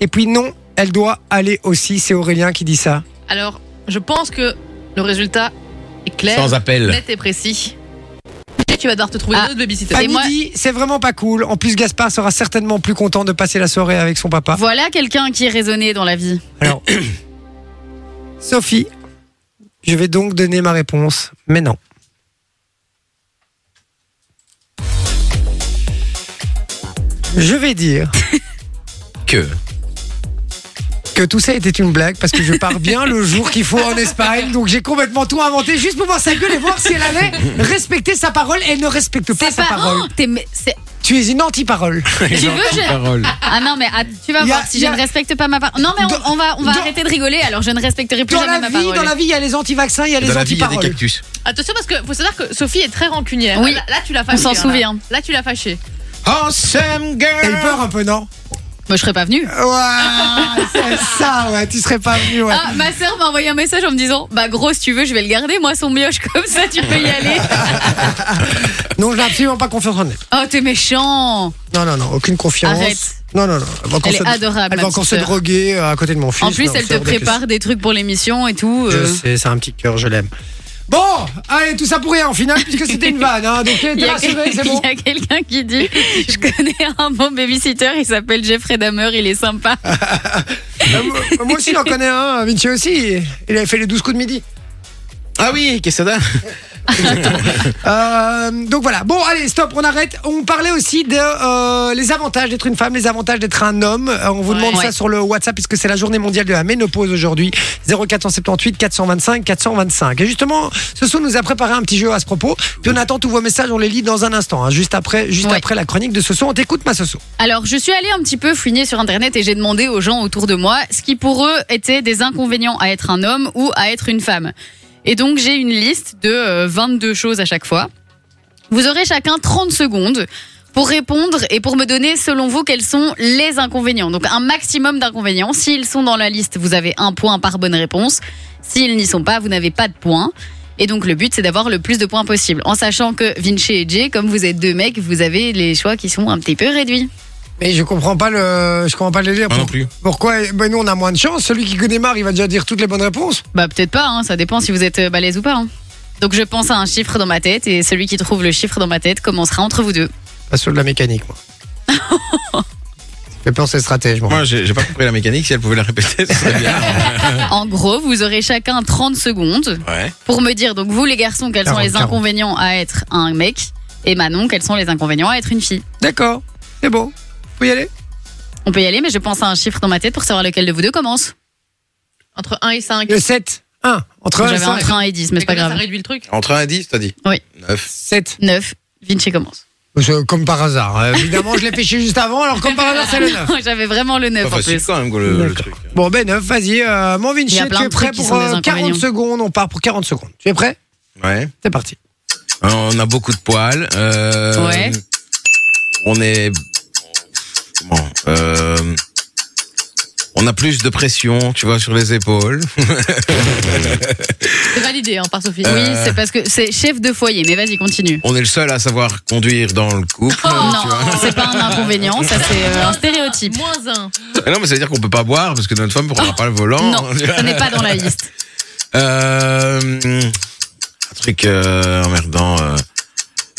S3: Et puis non, elle doit aller aussi. C'est Aurélien qui dit ça.
S2: Alors, je pense que le résultat est clair,
S4: Sans appel.
S2: net et précis. Et tu vas devoir te trouver
S1: Ah.
S2: une autre babysitter.
S3: À
S1: Et moi-
S3: midi, c'est vraiment pas cool. En plus, Gaspard sera certainement plus content de passer la soirée avec son papa.
S1: Voilà quelqu'un qui est raisonné dans la vie.
S3: Alors, Sophie, je vais donc donner ma réponse, mais non. Je vais dire
S4: Que.
S3: que tout ça était une blague parce que je pars bien le jour qu'il faut en Espagne, donc j'ai complètement tout inventé juste pour voir sa gueule et voir si elle allait respecter sa parole. Elle ne respecte pas
S1: C'est
S3: sa
S1: pas.
S3: parole.
S1: Oh, t'es- mais c'est-
S3: Tu es une anti-parole.
S1: Tu veux, je-
S4: Parole.
S1: Ah non, mais ah, tu vas
S3: Il y a-
S1: voir si
S3: il y
S1: je
S3: a-
S1: ne respecte pas ma parole. Non, mais on,
S3: Dans-
S1: on va, on va
S3: dans-
S1: arrêter de rigoler, alors je ne respecterai plus
S3: Dans
S1: jamais
S3: la,
S1: ma
S3: vie,
S1: parole.
S3: dans la vie, il y a les anti-vaccins, il y a
S4: Dans
S3: les
S4: la vie, il y a des
S3: anti-paroles.
S4: cactus.
S2: Attention parce que faut savoir que Sophie est très rancunière.
S1: Oui.
S2: Là, là, tu l'as fâchée.
S1: s'en
S2: hein,
S1: souvient.
S2: Là. Là, tu l'as fâchée.
S4: Awesome
S3: T'as eu
S1: Euh.
S4: girl.
S3: peur un peu, non
S1: Moi, je serais pas venue.
S3: Ouais, c'est ça, ouais, tu serais pas venu, ouais.
S1: Ah, ma sœur m'a envoyé un message en me disant Bah, gros, si tu veux, je vais le garder, moi, son mioche, comme ça, tu peux y aller.
S3: Non, je n'ai absolument pas confiance en elle.
S1: oh, t'es méchant.
S3: Non, non, non, aucune confiance.
S1: Arrête.
S3: Non, non, non. Elle va encore,
S1: Elle est
S3: se,
S1: adorable.
S3: elle
S1: ma
S3: va encore
S1: petite
S3: se
S1: sœur.
S3: droguer euh, à côté de mon fils.
S1: En plus,
S3: Non,
S1: elle te
S3: c'est hors de
S1: prépare des trucs pour l'émission et tout.
S3: question.
S1: euh.
S3: Je sais, c'est un petit cœur, je l'aime. Bon, allez, tout ça pour rien en finale, puisque c'était une vanne. Hein, donc, t'es
S1: Il y a,
S3: rassuré, c'est bon.
S1: il y a quelqu'un qui dit Je connais un bon babysitter, il s'appelle Jeffrey Dahmer, il est sympa.
S3: Euh, moi- Moi aussi, j'en connais un, Vinci aussi. Il avait fait les 12 coups de midi.
S4: Ah oui, Quesada.
S3: Euh, donc voilà. Bon, allez, stop, on arrête. On parlait aussi de euh, les avantages d'être une femme, les avantages d'être un homme. Euh, on vous demande
S1: Ouais.
S3: ça sur le WhatsApp puisque c'est la journée mondiale de la ménopause aujourd'hui. 0478 425 425. Et justement, ce soir nous a préparé un petit jeu à ce propos. Puis on attend tous vos messages, on les lit dans un instant, hein, juste après, juste
S1: Ouais.
S3: après la chronique de ce soir. On t'écoute, ma Soso.
S1: Alors, je suis allée un petit peu fouiner sur Internet et j'ai demandé aux gens autour de moi ce qui pour eux était des inconvénients à être un homme ou à être une femme. Et donc, j'ai une liste de euh, 22 choses à chaque fois. Vous aurez chacun 30 secondes pour répondre et pour me donner, selon vous, quels sont les inconvénients. Donc, un maximum d'inconvénients. S'ils sont dans la liste, vous avez un point par bonne réponse. S'ils n'y sont pas, vous n'avez pas de points. Et donc, le but, c'est d'avoir le plus de points possible. En sachant que Vinci et Jay, comme vous êtes deux mecs, vous avez les choix qui sont un petit peu réduits.
S3: Mais je comprends pas le, je comprends pas le délire.
S4: Moi non
S3: Pour-
S4: plus.
S3: Pourquoi ben Nous, on a moins de chance. Celui qui connaît Mar, il va déjà dire toutes les bonnes réponses.
S1: Bah, peut-être pas, hein, ça dépend si vous êtes euh, balèze ou pas. hein. Donc, je pense à un chiffre dans ma tête et celui qui trouve le chiffre dans ma tête commencera entre vous deux.
S3: Pas ceux de la mécanique, moi. Ça fait penser stratège, moi.
S4: Moi, j'ai j'ai pas compris la mécanique. Si elle pouvait la répéter, ce serait bien.
S1: En gros, vous aurez chacun 30 secondes
S4: Ouais.
S1: pour me dire, donc vous les garçons, quels sont les
S3: 40.
S1: inconvénients à être un mec et Manon, quels sont les inconvénients à être une fille.
S3: D'accord. C'est bon. Vous y aller
S1: On peut y aller, mais je pense à un chiffre dans ma tête pour savoir lequel de vous deux commence.
S2: Entre 1 et 5.
S3: Le 7. 1. Entre 1 et
S1: J'avais un
S3: 5.
S1: 1 et 10, mais c'est pas
S2: Ça
S1: grave.
S2: réduit le truc.
S4: Entre 1 et 10, t'as dit
S1: Oui.
S4: 9.
S3: 7.
S1: 9, Vinci commence.
S3: Comme par hasard. Euh, Évidemment, je l'ai pêché juste avant, alors comme par hasard, c'est le 9.
S1: J'avais vraiment le 9
S4: Pas
S1: en
S4: facile
S1: plus.
S4: quand même, quoi, le, le
S3: D'accord.
S4: truc.
S3: Bon, ben 9, vas-y. Euh, mon
S1: Il y
S3: Vinci,
S1: a plein
S3: tu es
S1: de
S3: prêt
S1: trucs qui
S3: pour
S1: sont des
S3: euh, 40
S1: inconvénients.
S3: secondes. On part pour 40 secondes. Tu es prêt
S4: Ouais.
S3: C'est parti.
S4: Alors, on a beaucoup de poils. Euh,
S1: Ouais.
S4: On est. Comment euh, On a plus de pression, tu vois, sur les épaules.
S2: C'est validé hein, par Sophie.
S1: Oui, c'est parce que c'est chef de foyer, mais vas-y, continue.
S4: On est le seul à savoir conduire dans le couple.
S1: non, c'est pas un inconvénient, ça c'est euh, un stéréotype.
S2: Moins 1.
S4: Mais Euh, non, mais ça veut dire qu'on peut pas boire parce que notre femme pourra pas le volant.
S1: Non, ce n'est pas dans la liste.
S4: Euh, un truc euh, emmerdant. euh.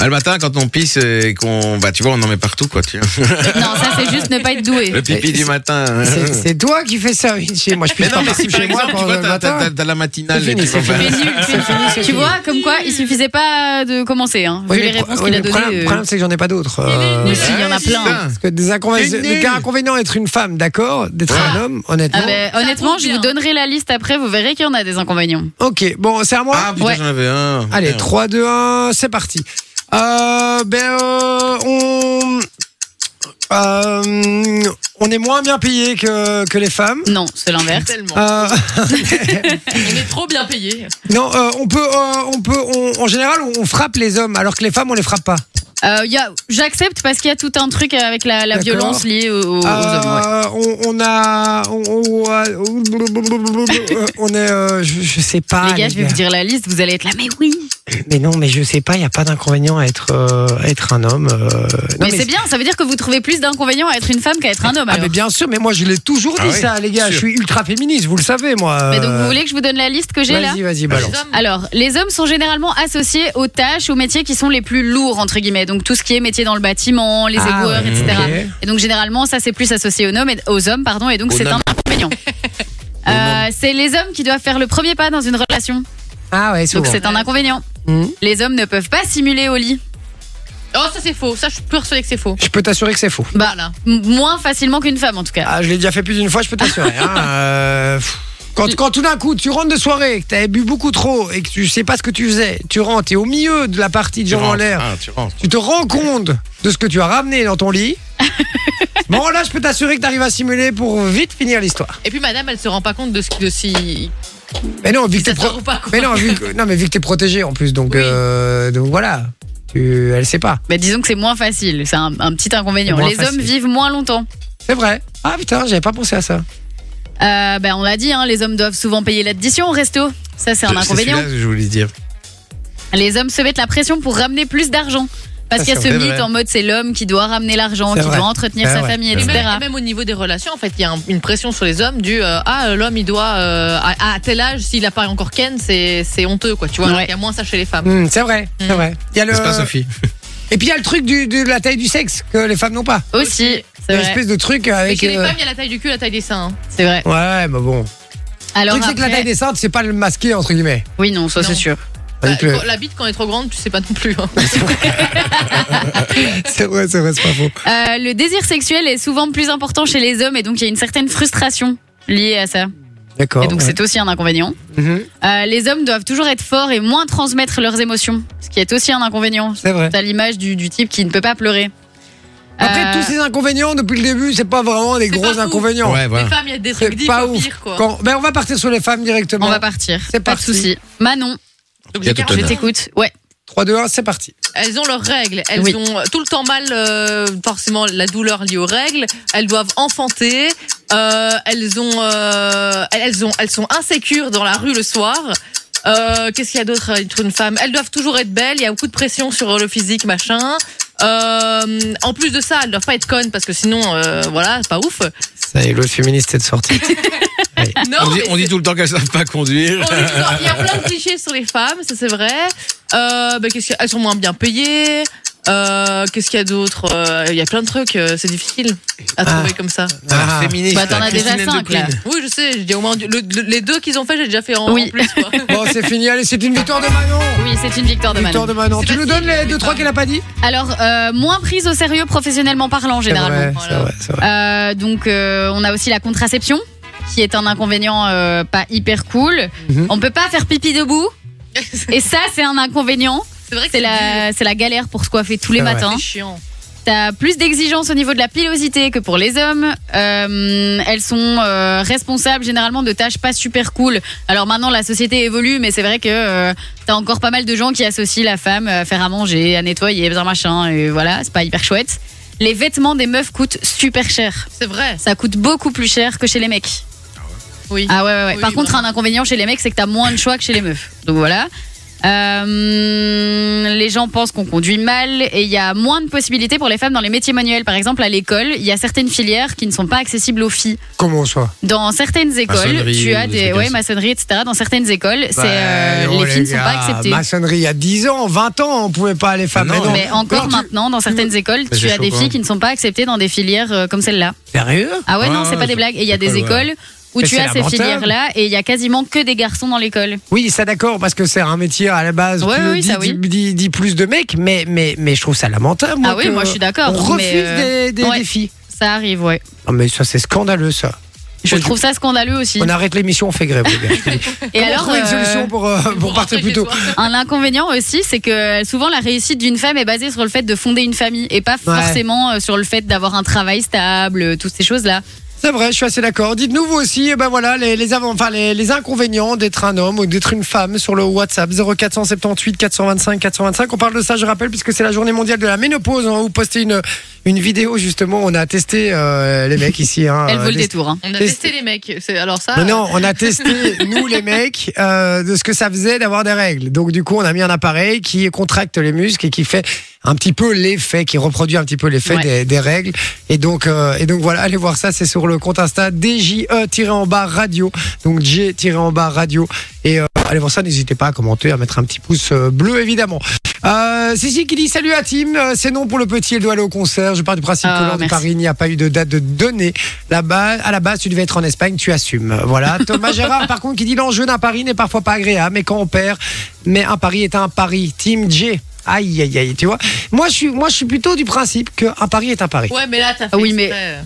S4: Ah, le matin, quand on pisse et qu'on. Bah, tu vois, on en met partout, quoi, tu vois.
S1: Non, ça c'est juste ne pas être doué.
S4: Le pipi
S3: Mais
S4: du
S3: c'est-
S4: matin. hein.
S3: C'est c'est toi qui fais ça, Vinci. Moi, je pisse
S4: Mais
S3: pas
S4: non, mais si
S3: partout
S4: par
S3: chez moi
S4: exemple, tu
S3: pendant
S4: vois,
S3: le
S4: t'as-
S3: matin.
S4: t'as t'as la matinale.
S3: C'est
S4: et
S3: fini,
S4: tu
S3: c'est
S4: vas-
S3: fini.
S1: Mais nul, tu- Tu vois, comme quoi, il suffisait pas de commencer. Hein. Vu
S3: Oui,
S1: les
S3: le pro-
S1: réponses
S3: oui,
S1: qu'il
S3: le
S1: a données.
S3: problème,
S1: euh,
S3: problème, c'est que j'en ai pas d'autres.
S2: est
S3: Euh,
S2: nulle.
S1: si, il y en a
S4: Ouais,
S1: plein.
S3: parce que des inconvénients,
S4: C'est nul.
S3: des inconvénients d'être une femme, d'accord D'être un homme, honnêtement.
S1: Ah ben, honnêtement,
S2: prouve
S1: je vous
S2: bien.
S1: donnerai la liste après, vous verrez qu'il y en a des inconvénients.
S3: Ok, bon, c'est à moi
S4: Ah, putain,
S1: Ouais.
S4: j'en avais un.
S3: Allez,
S4: Merde.
S3: 3, 2, 1, c'est parti. Euh, ben, euh, on. euh, on est moins bien payé que, que les femmes.
S1: Non, c'est l'inverse.
S2: Tellement.
S3: Euh,
S2: On est trop bien payé.
S3: non, euh, on peut, euh, on peut, on- en général, on frappe les hommes, alors que les femmes, on les frappe pas.
S1: Euh, il y a- J'accepte parce qu'il y a tout un truc avec la, la
S3: D'accord.
S1: violence liée aux, aux hommes. ouais.
S3: Euh, on, on a, on, on- euh, on est, euh, je, je sais pas.
S1: les gars, je vais vous dire la liste, vous allez être là, mais oui.
S3: Mais non, mais je sais pas, il y a pas d'inconvénient à être, euh, à être un homme. euh, non,
S1: mais c'est bien, ça veut dire que vous trouvez plus d'inconvénients à être une femme qu'à être un homme.
S3: Ah
S1: alors.
S3: mais bien sûr, mais moi je l'ai toujours dit
S4: Ah oui,
S3: ça, les gars.
S4: sûr.
S3: Je suis ultra féministe, vous le savez, moi.
S1: Mais donc, vous voulez que je vous donne la liste que j'ai là
S3: euh, Vas-y, vas-y, balance.
S2: Les hommes,
S1: Alors, les hommes sont généralement associés aux tâches, aux métiers qui sont les plus lourds, entre guillemets. Donc, tout ce qui est métier dans le bâtiment, les
S3: Ah,
S1: éboueurs,
S3: ouais,
S1: etc.
S3: ok.
S1: Et donc, généralement, ça, c'est plus associé aux hommes, et, aux hommes pardon, et donc,
S4: Aux
S1: c'est un
S4: hommes.
S1: inconvénient. Euh, c'est les hommes qui doivent faire le premier pas dans une relation.
S3: Ah ouais, souvent.
S1: Donc, c'est un inconvénient.
S3: Mhm.
S1: Les hommes ne peuvent pas simuler au lit.
S2: Oh, ça c'est faux. Ça, je suis persuadée que c'est faux.
S3: Je peux t'assurer que c'est faux.
S1: Bah,
S2: Voilà.
S1: m- moins facilement qu'une femme, en tout cas.
S3: Ah, je l'ai déjà fait plus d'une fois, je peux t'assurer. hein. Euh, pff. Quand, quand tout d'un coup tu rentres de soirée, que t'avais bu beaucoup trop et que tu sais pas ce que tu faisais, tu rentres, t'es au milieu de la partie de
S4: Tu
S3: gens en
S4: rentres.
S3: l'air,
S4: Ah, tu rentres.
S3: tu te rends compte de ce que tu as ramené dans ton lit. bon là, je peux t'assurer que t'arrives à simuler pour vite finir l'histoire.
S2: Et puis madame, elle se rend pas compte de ce de si
S3: Mais non, vu que
S2: ça
S3: t'es
S2: se
S3: pro-
S2: trouve pas quoi.
S3: Mais non, vu que, non, mais vu que t'es protégé en plus, donc,
S2: Oui.
S3: euh, donc voilà. Tu, elle sait pas.
S1: Bah, disons que c'est moins facile. C'est un, un petit inconvénient.
S3: C'est moins
S1: Les
S3: facile.
S1: hommes vivent moins longtemps.
S3: C'est vrai. Ah putain, j'avais pas pensé à ça.
S1: Euh, ben, on l'a dit, hein, les hommes doivent souvent payer l'addition au resto. Ça, c'est un inconvénient.
S4: celui-là que je voulais dire.
S1: Les hommes se mettent la pression pour ramener plus d'argent. Parce
S3: Ça,
S1: qu'il y a ce
S4: c'est vrai.
S1: mythe en mode c'est l'homme qui doit ramener l'argent,
S3: C'est
S1: qui
S3: vrai.
S1: doit entretenir
S3: C'est
S1: sa
S3: vrai.
S1: famille,
S2: Et
S1: etc.
S2: même, et même au niveau des relations, en fait, il y a un- une pression sur les hommes du euh, ah l'homme il doit euh, à, à tel âge s'il n'a pas encore Ken c'est c'est honteux quoi. Tu vois,
S1: Ouais.
S2: il y a moins ça chez les femmes.
S3: Hmm, c'est vrai, c'est
S2: Hmm.
S3: vrai. Il y a le-
S4: N'est-ce pas, Sophie
S3: Et puis il y a le truc du- de la taille du sexe que les femmes n'ont pas.
S1: Aussi, c'est
S3: Une
S1: vrai.
S3: espèce de truc
S2: Et
S3: avec.
S2: chez les
S3: euh,
S2: femmes, il y a la taille du cul, la taille des seins. hein.
S1: C'est vrai.
S3: Ouais, mais bon. Le
S1: Alors,
S3: truc, c'est que la
S1: après-
S3: taille des seins, c'est pas le masqué, entre guillemets.
S1: Oui, non, ça
S2: Non.
S1: c'est sûr.
S2: Bah,
S3: Avec le-
S2: quand- La bite quand elle est trop grande, tu sais pas non plus. hein.
S3: C'est vrai, c'est vrai, c'est pas faux.
S1: Euh, le désir sexuel est souvent plus important chez les hommes et donc il y a une certaine frustration liée à ça.
S3: D'accord.
S1: et donc,
S3: ouais.
S1: c'est aussi un inconvénient.
S3: Mhm,
S1: Euh, les hommes doivent toujours être forts et moins transmettre leurs émotions, ce qui est aussi un inconvénient.
S3: c'est vrai.
S1: à l'image du, du type qui ne peut pas pleurer.
S3: Après,
S1: Euh,
S3: tous ces inconvénients, depuis le début, c'est pas vraiment des
S2: C'est
S3: gros
S2: pas fou.
S3: inconvénients.
S4: Ouais, voilà.
S2: Les femmes, il y a des trucs
S3: C'est
S2: dix
S3: pas
S2: fois
S3: ouf.
S2: pires, quoi.
S3: Quand- Ben, on va partir sur les femmes directement.
S1: On va partir.
S3: C'est
S1: pas de
S3: parti.
S1: souci. Manon,
S2: Donc,
S4: Il y a
S2: j'ai
S4: tout
S1: je
S4: Tonnerre.
S2: quarante-
S1: t'écoute. Ouais.
S3: 3, 2, 1, c'est parti.
S2: Elles ont leurs règles. Elles
S1: Oui.
S2: ont tout le temps mal, euh, forcément, la douleur liée aux règles. Elles doivent enfanter. Euh, elles ont, euh, elles- elles ont, elles sont insécures dans la rue le soir. Euh, Qu'est-ce qu'il y a d'autre être une femme Elles doivent toujours être belles. Il y a beaucoup de pression sur le physique, machin. Euh, en plus de ça, elles doivent pas être connes parce que sinon, euh, voilà, c'est pas ouf.
S3: Ça y est, l'autre féministe est de sortie.
S2: Non,
S4: On dit,
S2: mais Oh.
S4: on dit tout le temps qu'elles savent pas conduire.
S2: On est toujours- Il y a plein de clichés sur les femmes, ça c'est vrai. Euh, bah, qu'est-ce qu'il y a Elles sont moins bien payées. Euh, qu'est-ce qu'il y a d'autre Euh, Il y a plein de trucs, euh, c'est difficile à trouver comme ça.
S3: Ah.
S4: féministe.
S1: Bah, t'en as déjà
S4: Christine and the
S1: cinq, là.
S4: Queen.
S2: Oui, je sais, je dis au moins du- le- le- les deux qu'ils ont fait, j'ai déjà fait en,
S1: Oui.
S2: en plus. quoi.
S3: bon, c'est fini. Allez, c'est une victoire de Manon.
S1: Oui, c'est une victoire de Manon.
S3: Victoire de Manon.
S2: C'est
S3: Tu nous
S2: facile,
S3: donnes les
S2: les
S3: 2, 3
S2: victoires.
S3: qu'elle a pas dit
S1: Alors, euh, moins prise au sérieux professionnellement parlant,
S3: C'est
S1: généralement.
S3: vrai, c'est
S2: voilà.
S3: vrai, c'est vrai.
S1: Euh, donc, euh, on a aussi la contraception, qui est un inconvénient euh, pas hyper cool.
S3: Mhm.
S1: On peut pas faire pipi debout.
S2: c'est
S1: Et ça, c'est un inconvénient.
S2: vrai que
S1: C'est la, Hein c'est la galère pour se coiffer tous les
S3: C'est vrai.
S1: matins.
S2: c'est chiant.
S1: T'as plus d'exigences au niveau de la pilosité que pour les hommes. Euh, elles sont euh, responsables généralement de tâches pas super cool. Alors maintenant la société évolue, mais c'est vrai que euh, t'as encore pas mal de gens qui associent la femme à faire à manger, à nettoyer, bien machin. Et voilà, c'est pas hyper chouette. Les vêtements des meufs coûtent super cher.
S2: C'est vrai.
S1: Ça coûte beaucoup plus cher que chez les mecs.
S2: Oui.
S1: Ah ouais, ouais, ouais.
S2: Oui,
S1: Par contre,
S2: vraiment.
S1: un inconvénient chez les mecs, c'est que t'as moins de choix que chez les meufs. Donc voilà. Euh, les gens pensent qu'on conduit mal et il y a moins de possibilités pour les femmes dans les métiers manuels. Par exemple, à l'école, il y a certaines filières qui ne sont pas accessibles aux filles.
S3: Comment ça
S1: Dans certaines écoles,
S4: Maçonnerie
S1: tu as
S4: ou des
S1: des,
S4: trucs
S1: ouais,
S4: ainsi.
S1: maçonnerie, etc. Dans certaines écoles, c'est euh,
S3: Bah, oh,
S1: les filles ne sont pas
S3: gars,
S1: acceptées.
S3: Maçonnerie, il y a 10 ans, 20 ans, on pouvait pas aller faire.
S4: Ah non,
S3: non.
S1: Mais encore
S3: Alors, tu-
S1: maintenant, dans certaines écoles,
S4: Mais
S1: tu
S4: c'est
S1: as des
S4: chaud,
S1: filles
S4: hein.
S1: qui ne sont pas acceptées dans des filières euh, comme celle-là.
S3: Sérieux
S1: Ah ouais,
S4: Ouais,
S1: non, c'est
S4: ouais,
S1: pas des
S4: c'est-
S1: blagues. Et il y a des
S4: école, ouais.
S1: écoles où
S3: Mais
S1: tu
S3: c'est
S1: as ces
S3: lamentable.
S1: filières-là et il y a quasiment que des garçons dans l'école.
S3: Oui, ça d'accord, parce que c'est un métier à la base.
S1: Ouais,
S3: tu le
S1: oui,
S3: dis,
S1: ça, oui.
S3: dis- dis- dis plus de mecs, mais, mais, mais je trouve ça lamentable.
S1: Ah oui,
S3: que
S1: moi, je suis d'accord,
S3: On
S1: mais,
S3: refuse
S1: euh,
S3: des, des,
S1: ouais.
S3: des filles.
S1: Ça arrive, ouais.
S3: Non, mais ça, c'est scandaleux, ça.
S1: Je
S3: Moi,
S1: trouve ça scandaleux aussi.
S3: On arrête l'émission, on fait grève, les gars.
S1: Et
S3: Comment
S1: alors,
S3: trouver une
S1: euh,
S3: solution pour, euh, pour partir
S2: rentrer
S3: plus
S2: chez
S3: tôt
S2: soi.
S1: un inconvénient aussi, c'est que euh, souvent la réussite d'une femme est basée sur le fait de fonder une famille et pas forcément euh, sur le fait d'avoir un travail stable, euh, toutes ces choses-là.
S3: C'est vrai, je suis assez d'accord. Dites-nous vous aussi, eh ben voilà, les, les, avant- enfin, les, les inconvénients d'être un homme ou d'être une femme sur le WhatsApp 0478 425 425. On parle de ça, je rappelle, puisque c'est la journée mondiale de la ménopause. On vous postez une, une vidéo, justement. On a testé euh, les mecs ici. Hein,
S1: Elle
S3: euh,
S1: vaut le
S3: les-
S1: détour. hein.
S2: On a
S3: C'est-
S2: testé les mecs. C'est- Alors ça.
S3: Mais non, on a testé, nous les mecs, euh, de ce que ça faisait d'avoir des règles. Donc du coup, on a mis un appareil qui contracte les muscles et qui fait un petit peu l'effet, qui reproduit un petit peu l'effet
S1: Ouais.
S3: des, des règles. Et donc, euh, et donc voilà, allez voir ça, c'est sur le compte Insta DJE-en-bas radio. Donc J-en bas radio. Et euh, allez voir ça, n'hésitez pas à commenter, à mettre un petit pouce euh, bleu évidemment. Euh, Cici qui dit salut à Tim, Euh, c'est non pour le petit, elle doit aller au concert. Je pars du principe
S1: Ah,
S3: que lors de
S1: merci.
S3: Paris, il n'y a pas eu de date de donnée. Là-bas, à la base, tu devais être en Espagne, tu assumes. Voilà. Thomas Gérard, par contre, qui dit l'enjeu d'un pari n'est parfois pas agréable, mais quand on perd, mais un pari est un pari. Team J. Aïe, aïe, aïe, tu vois. Moi, je suis, moi, je suis plutôt du principe qu'un pari est un pari.
S2: Ouais, mais là, t'as fait.
S1: Ah Oui, mais-
S2: exprès.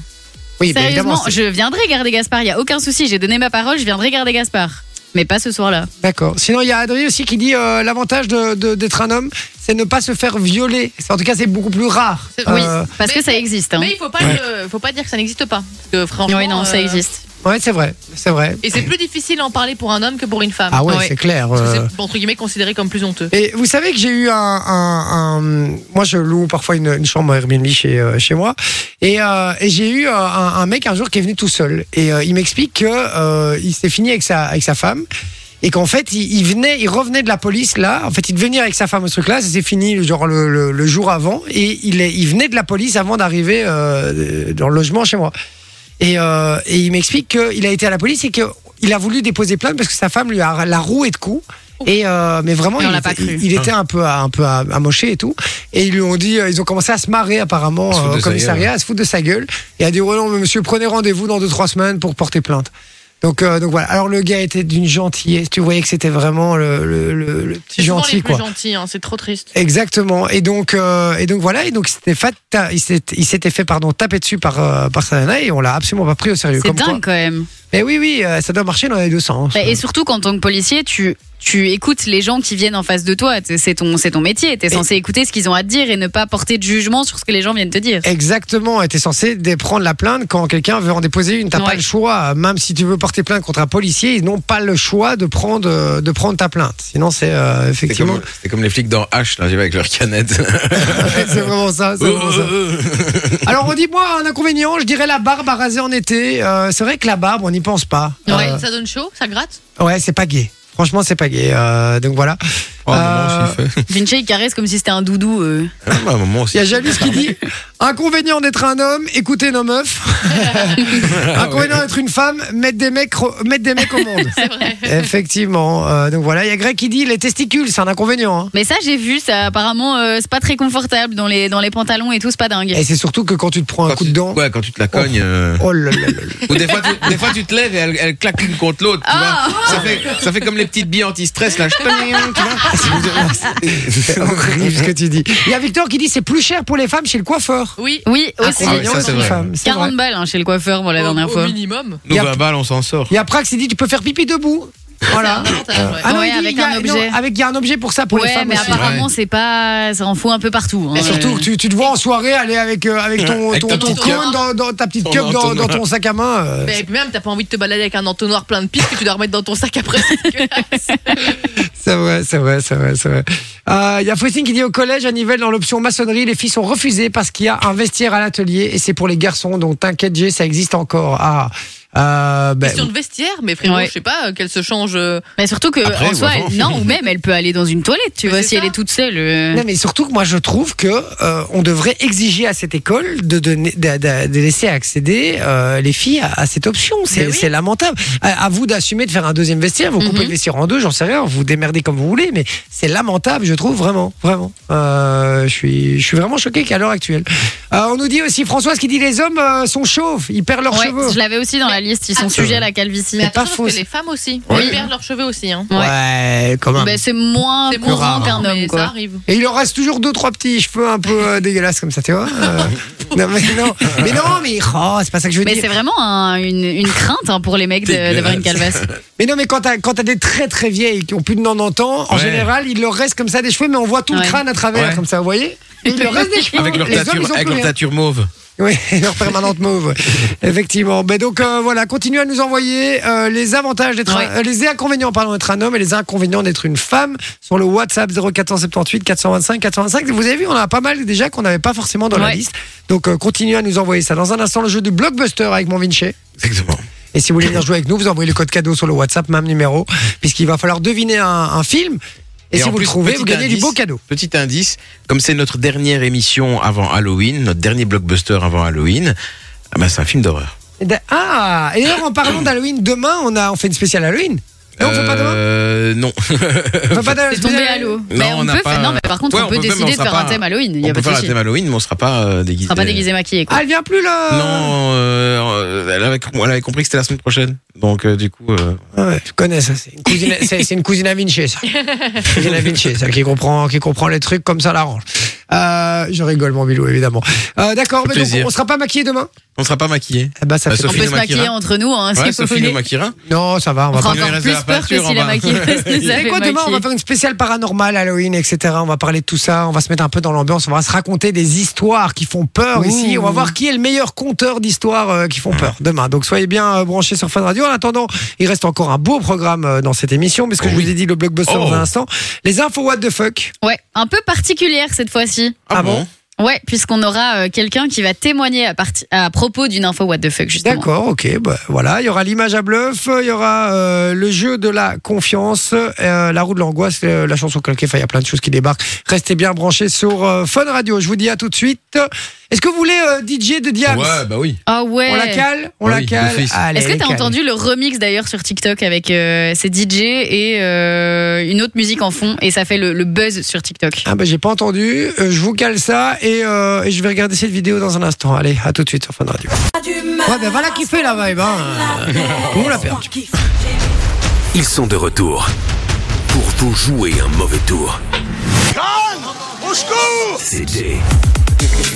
S3: Oui, mais évidemment.
S1: Sérieusement,
S3: c'est-
S1: je viendrai garder Gaspard, il n'y a aucun souci. J'ai donné ma parole, je viendrai garder Gaspard. Mais pas ce soir-là.
S3: D'accord. Sinon, il y a Adrien aussi qui dit euh, l'avantage de- de- d'être un homme, c'est ne pas se faire violer. En tout cas, c'est beaucoup plus rare.
S2: C'est-
S1: Oui,
S3: Euh,
S1: parce
S2: mais-
S1: que ça existe. hein.
S2: Mais il faut pas, le- faut pas dire que ça n'existe pas. Parce que franchement.
S1: Oui, non, ça
S2: euh,
S1: existe.
S3: ouais, c'est vrai. C'est vrai.
S2: Et c'est plus difficile d'en parler pour un homme que pour une femme.
S3: Ah ouais,
S1: Ouais.
S3: c'est clair.
S2: Parce
S3: euh.
S2: que c'est entre guillemets considéré comme plus honteux.
S3: Et vous savez que j'ai eu un, un- un- Moi, je loue parfois une, une chambre à Airbnb chez, euh, chez moi. Et, euh, et j'ai eu euh, un, un mec un jour qui est venu tout seul. Et euh, il m'explique que euh, il s'est fini avec sa, avec sa femme. Et qu'en fait, il, il venait, il revenait de la police là. En fait, il devait venir avec sa femme au truc là. Ça s'est fini genre le, le- le jour avant. Et il, est- il venait de la police avant d'arriver euh, dans le logement chez moi. Et, euh, et il m'explique qu'il a été à la police et qu'il a voulu déposer plainte parce que sa femme lui a la roue et de coups. Et euh, mais vraiment,
S1: Et on
S3: il,
S1: l'a pas
S3: était,
S1: cru.
S3: il était un peu à- un peu à- amoché et tout. Et ils lui ont dit, euh, ils ont commencé à se marrer apparemment
S4: se foutre
S3: euh, au
S4: de sa
S3: commissariat,
S4: gueule.
S3: à se foutre de sa gueule et à dire oh non mais monsieur prenez rendez-vous dans deux trois semaines pour porter plainte. Donc euh, donc voilà. Alors le gars était d'une gentillesse. Tu voyais que c'était vraiment le, le, le- le petit
S2: C'est souvent
S3: gentil
S2: les
S3: quoi.
S2: plus gentils, hein, c'est trop triste.
S3: Exactement. Et donc, euh, et donc voilà. Et donc, c'était fait, ta- il s'est- il s'était fait pardon, taper dessus par, euh, par sa nana et on l'a absolument pas pris au sérieux.
S1: C'est
S3: Comme quoi-
S1: dingue quand même.
S3: Mais oui, oui, euh, ça doit marcher dans les deux sens.
S1: Bah, Et surtout qu'en tant que policier, tu, tu écoutes les gens qui viennent en face de toi. C'est c'est ton, c'est ton métier. T'es censé écouter ce qu'ils ont à te dire et ne pas porter de jugement sur ce que les gens viennent te dire.
S3: Exactement, et t'es censé dé- prendre la plainte quand quelqu'un veut en déposer une, t'as pas
S1: Ouais.
S3: le choix. Même si tu veux porter plainte contre un policier, ils n'ont pas le choix de prendre, euh, de prendre ta plainte. Sinon, c'est euh,
S4: C'est
S3: effectivement.
S4: comme, c'est comme les flics dans H, là, j'y vais avec leur canette. Oh,
S3: C'est vraiment ça. c'est vraiment ça. Alors, on dit, moi, un inconvénient, je dirais la barbe à raser en été. Euh, c'est vrai que la barbe, on n'y pense pas. Euh,
S2: Ouais, ça donne chaud, ça gratte.
S3: ouais, c'est pas gay. Franchement, c'est pas gay. Euh, donc voilà.
S4: Oh,
S3: Euh,
S4: maman aussi fait.
S1: Vinci, il caresse comme si c'était un doudou. euh.
S4: Ah, bah, maman
S3: Il
S4: aussi.
S3: y a Jalus qui dit Inconvénient d'être un homme, écoutez nos meufs. Inconvénient d'être une femme, mettre des mecs, mettre des mecs au monde.
S2: C'est vrai.
S3: Effectivement. euh, donc voilà, il y a Greg qui dit les testicules, c'est un inconvénient. hein.
S1: Mais ça, j'ai vu, ça apparemment, euh, c'est pas très confortable dans les, dans les pantalons et tout, c'est pas dingue.
S3: Et c'est surtout que quand tu te prends un
S4: Quand
S3: coup
S4: tu-
S3: de dent.
S4: Ouais, quand tu te la cognes. euh,
S3: Oh là là là là.
S4: Ou des fois, tu, des fois, tu te lèves et elle, elle claque une contre l'autre. tu
S1: Ah.
S4: vois. ça, fait, ça fait comme les petites billes anti-stress, là. Je
S3: Ah, C'est horrible ce que tu dis. Il y a Victor qui dit c'est plus cher pour les femmes chez le coiffeur.
S2: Oui.
S1: Oui, aussi.
S4: Ah ouais, ça,
S3: Inconvénient
S4: c'est
S3: d'être une
S4: vrai.
S3: femme, c'est
S1: 40
S3: vrai.
S1: balles hein, chez le coiffeur, moi, la
S2: au-
S1: dernière
S2: au
S1: fois.
S2: minimum.
S4: Nous,
S3: Y a-
S4: 20 balles, on s'en sort.
S3: Il y a Prax qui dit tu peux faire pipi debout. Voilà.
S2: C'est un avantage, ouais.
S3: Ah non,
S1: Ouais,
S3: il dit,
S1: avec
S3: il y a-
S1: un objet.
S3: non, avec- il y a un objet pour ça, pour les
S1: Ouais,
S3: femmes
S1: mais
S3: aussi.
S1: apparemment,
S4: Ouais.
S1: c'est pas. Ça en fout un peu partout. hein.
S3: Et surtout,
S1: Euh,
S3: tu, tu te vois en soirée aller avec, euh, avec ton,
S4: Avec
S3: ton,
S4: ta
S3: ton
S2: petite
S3: cône
S2: cup.
S3: dans, dans ta petite
S4: Ton
S3: cup dans, dans
S4: entonnoir.
S3: ton sac à main. euh,
S2: Mais même, t'as pas envie de te balader avec un entonnoir plein de pistes que tu dois remettre dans ton sac après. c'est dégueulasse.
S3: C'est vrai, c'est vrai, c'est vrai, c'est vrai. Euh, Il y a Faustine qui dit au collège à Nivelles dans l'option maçonnerie, les filles sont refusées parce qu'il y a un vestiaire à l'atelier et c'est pour les garçons. Donc t'inquiète, Jay, ça existe encore. Ah, euh, ben,
S2: Question de vestiaire, mais frérot,
S1: Ouais.
S2: je sais pas, euh, qu'elle se change. euh,
S1: Mais Bah, surtout que,
S4: Après,
S1: en soi,
S4: ou avant.
S1: elle- non, ou même, elle peut aller dans une toilette, tu
S2: Mais
S1: vois,
S2: c'est
S1: si elle
S2: ça.
S1: est toute seule. euh.
S3: non mais surtout que moi je trouve que euh, on devrait exiger à cette école de donner, de, de- de laisser accéder euh, les filles à, à cette option. C'est
S1: Ben
S2: Mais oui.
S3: c'est lamentable. À, à vous d'assumer de faire un deuxième vestiaire, vous
S1: Mm-hmm.
S3: coupez le vestiaire en deux, j'en sais rien, vous démerdez comme vous voulez, mais c'est lamentable, je trouve vraiment, vraiment. Euh, je suis, je suis vraiment choqué qu'à l'heure actuelle. Euh, on nous dit aussi Françoise qui dit les hommes euh, sont chauves, ils perdent leurs
S1: Ouais,
S3: cheveux.
S1: je l'avais aussi dans la liste, ils sont
S2: Attends.
S1: sujets à la calvitie.
S2: Mais
S3: pas
S2: attention,
S3: faux,
S2: parce
S3: ça.
S2: que les femmes aussi.
S4: Ouais.
S2: Elles perdent leurs cheveux aussi. Hein.
S1: Ouais.
S3: Ouais, quand même.
S1: Bah, c'est moins
S2: C'est moins
S1: courant
S2: rare, hein.
S1: qu'un
S2: mais
S1: homme,
S2: Ça
S1: quoi.
S2: arrive.
S3: Et il leur reste toujours deux trois petits cheveux un peu euh, dégueulasses comme ça, tu vois. Euh, non mais non, mais non, mais oh, c'est pas ça que je veux
S1: Mais
S3: dire.
S1: c'est vraiment un- une, une crainte hein, pour les mecs de- d'avoir une calvasse.
S3: Mais non, mais quand t'as quand t'as des très très vieilles qui ont plus de 90 ans, en
S4: Ouais.
S3: général, il leur reste comme ça des cheveux, mais on voit tout le
S1: Ouais.
S3: crâne à travers,
S4: Ouais.
S3: comme ça, vous voyez Il leur reste des cheveux.
S4: Avec leur
S3: Les hommes, ils
S4: tature,
S3: ont
S4: avec
S3: plus
S4: leur
S3: rien.
S4: tature mauve.
S3: Oui, leur permanente mauve. Effectivement. Mais donc euh, voilà, continuez à nous envoyer euh, les avantages d'être un-
S1: Ouais.
S3: euh, les inconvénients pardon d'être un homme et les inconvénients d'être une femme sur le WhatsApp 0478 425 425. Vous avez vu, on en a pas mal déjà qu'on n'avait pas forcément dans la
S1: Ouais.
S3: liste. Donc euh, continuez à nous envoyer ça. Dans un instant, le jeu du blockbuster avec mon Vinci.
S4: Exactement.
S3: Et si vous voulez venir jouer avec nous, vous envoyez le code cadeau sur le WhatsApp, même numéro, puisqu'il va falloir deviner un, un film. Et, si
S4: en
S3: vous
S4: plus,
S3: le trouvez,
S4: petit
S3: vous gagnez du
S4: indice,
S3: beau cadeau.
S4: Petit indice, comme c'est notre dernière émission avant Halloween, notre dernier blockbuster avant Halloween, ah ben, c'est un film d'horreur.
S3: Et d'a- Ah, et d'ailleurs, en parlant d'Halloween, demain, on, a, on fait une spéciale Halloween. Non, on fait pas demain
S4: Euh, Non.
S3: On fait pas
S1: Euh, C'est tombé à l'eau. Mais
S4: Non,
S1: on,
S4: on n'a
S1: peut
S4: pas-
S1: faire- Non, mais par contre,
S4: Ouais,
S1: on,
S4: on
S1: peut
S4: peut faire,
S1: décider
S4: mais on
S1: de
S4: sera
S1: faire un
S4: pas-
S1: thème Halloween. Il y
S4: On
S1: a
S4: peut
S1: pas de
S4: faire un
S1: souci.
S4: thème Halloween, mais on sera pas euh, déguisé.
S1: On sera pas déguisé maquillé, quoi.
S3: Ah, elle vient plus là
S4: Non, euh, elle, avait, elle avait compris que c'était la semaine prochaine. Donc, euh, du coup. euh,
S3: Ah ouais, Je connais ça, c'est une cousine, c'est, c'est une cousine à Vinci, ça. cousine à Vinci, ça, qui comprend, qui comprend les trucs comme ça l'arrange. Euh, je rigole, mon bilou, évidemment. Euh, d'accord, mais donc,
S4: plaisir.
S3: on sera pas maquillé demain
S4: on sera pas maquillé.
S3: Eh ben, ça
S4: Bah,
S3: fait
S1: On
S4: Sophie
S1: peut
S4: le
S1: se maquiller
S4: maquillera.
S1: entre nous, hein,
S4: Ouais,
S1: s'il faut
S4: Sophie le maquillera.
S3: Non, ça va, on
S1: On
S3: va
S1: fera
S3: pas.
S4: Il lui
S1: encore
S4: reste de
S1: plus
S4: la
S1: peur que
S4: peinture,
S1: si la
S4: on va-
S1: maquilleuse nous
S3: Mais
S1: avait
S3: quoi, demain, on va
S1: maquillés.
S3: faire une spéciale paranormale, Halloween, etc. On va parler de tout ça, on va se mettre un peu dans l'ambiance, on va se raconter des histoires qui font peur
S1: Ouh.
S3: ici. On va voir qui est le meilleur conteur d'histoires euh, qui font peur demain. Donc soyez bien euh, branchés sur Fun Radio. En attendant, il reste encore un beau programme euh, dans cette émission, puisque je vous ai dit le blockbuster
S4: Oh.
S3: dans un instant. Les infos what the fuck.
S1: Ouais, un peu particulière cette fois-ci.
S3: Ah bon
S1: Ouais, puisqu'on aura euh, quelqu'un qui va témoigner à, parti- à propos d'une info what the fuck justement.
S3: D'accord, ok, bah, voilà. Il y aura l'image à bluff, euh, il y aura euh, le jeu de la confiance, euh, la roue de l'angoisse, euh, la chanson calquée, enfin, il y a plein de choses qui débarquent. Restez bien branchés sur euh, Fun Radio. Je vous dis à tout de suite. Est-ce que vous voulez euh, DJ de Diams
S4: Ouais, bah oui.
S1: Ah ouais.
S3: On la cale On
S4: Oui,
S3: la cale
S4: d'office.
S3: Allez,
S1: Est-ce que t'as
S3: calme.
S1: entendu le remix d'ailleurs sur TikTok avec euh, ces DJ et euh, une autre musique en fond et ça fait le, le buzz sur TikTok.
S3: ah bah j'ai pas entendu, Euh, je vous cale ça et, euh, et je vais regarder cette vidéo dans un instant. Allez, à tout de suite sur Fun Radio. Ouais ben voilà qui fait la vibe hein. On l'a perdu.
S6: Ils sont de retour pour vous jouer un mauvais tour. C'est Jay.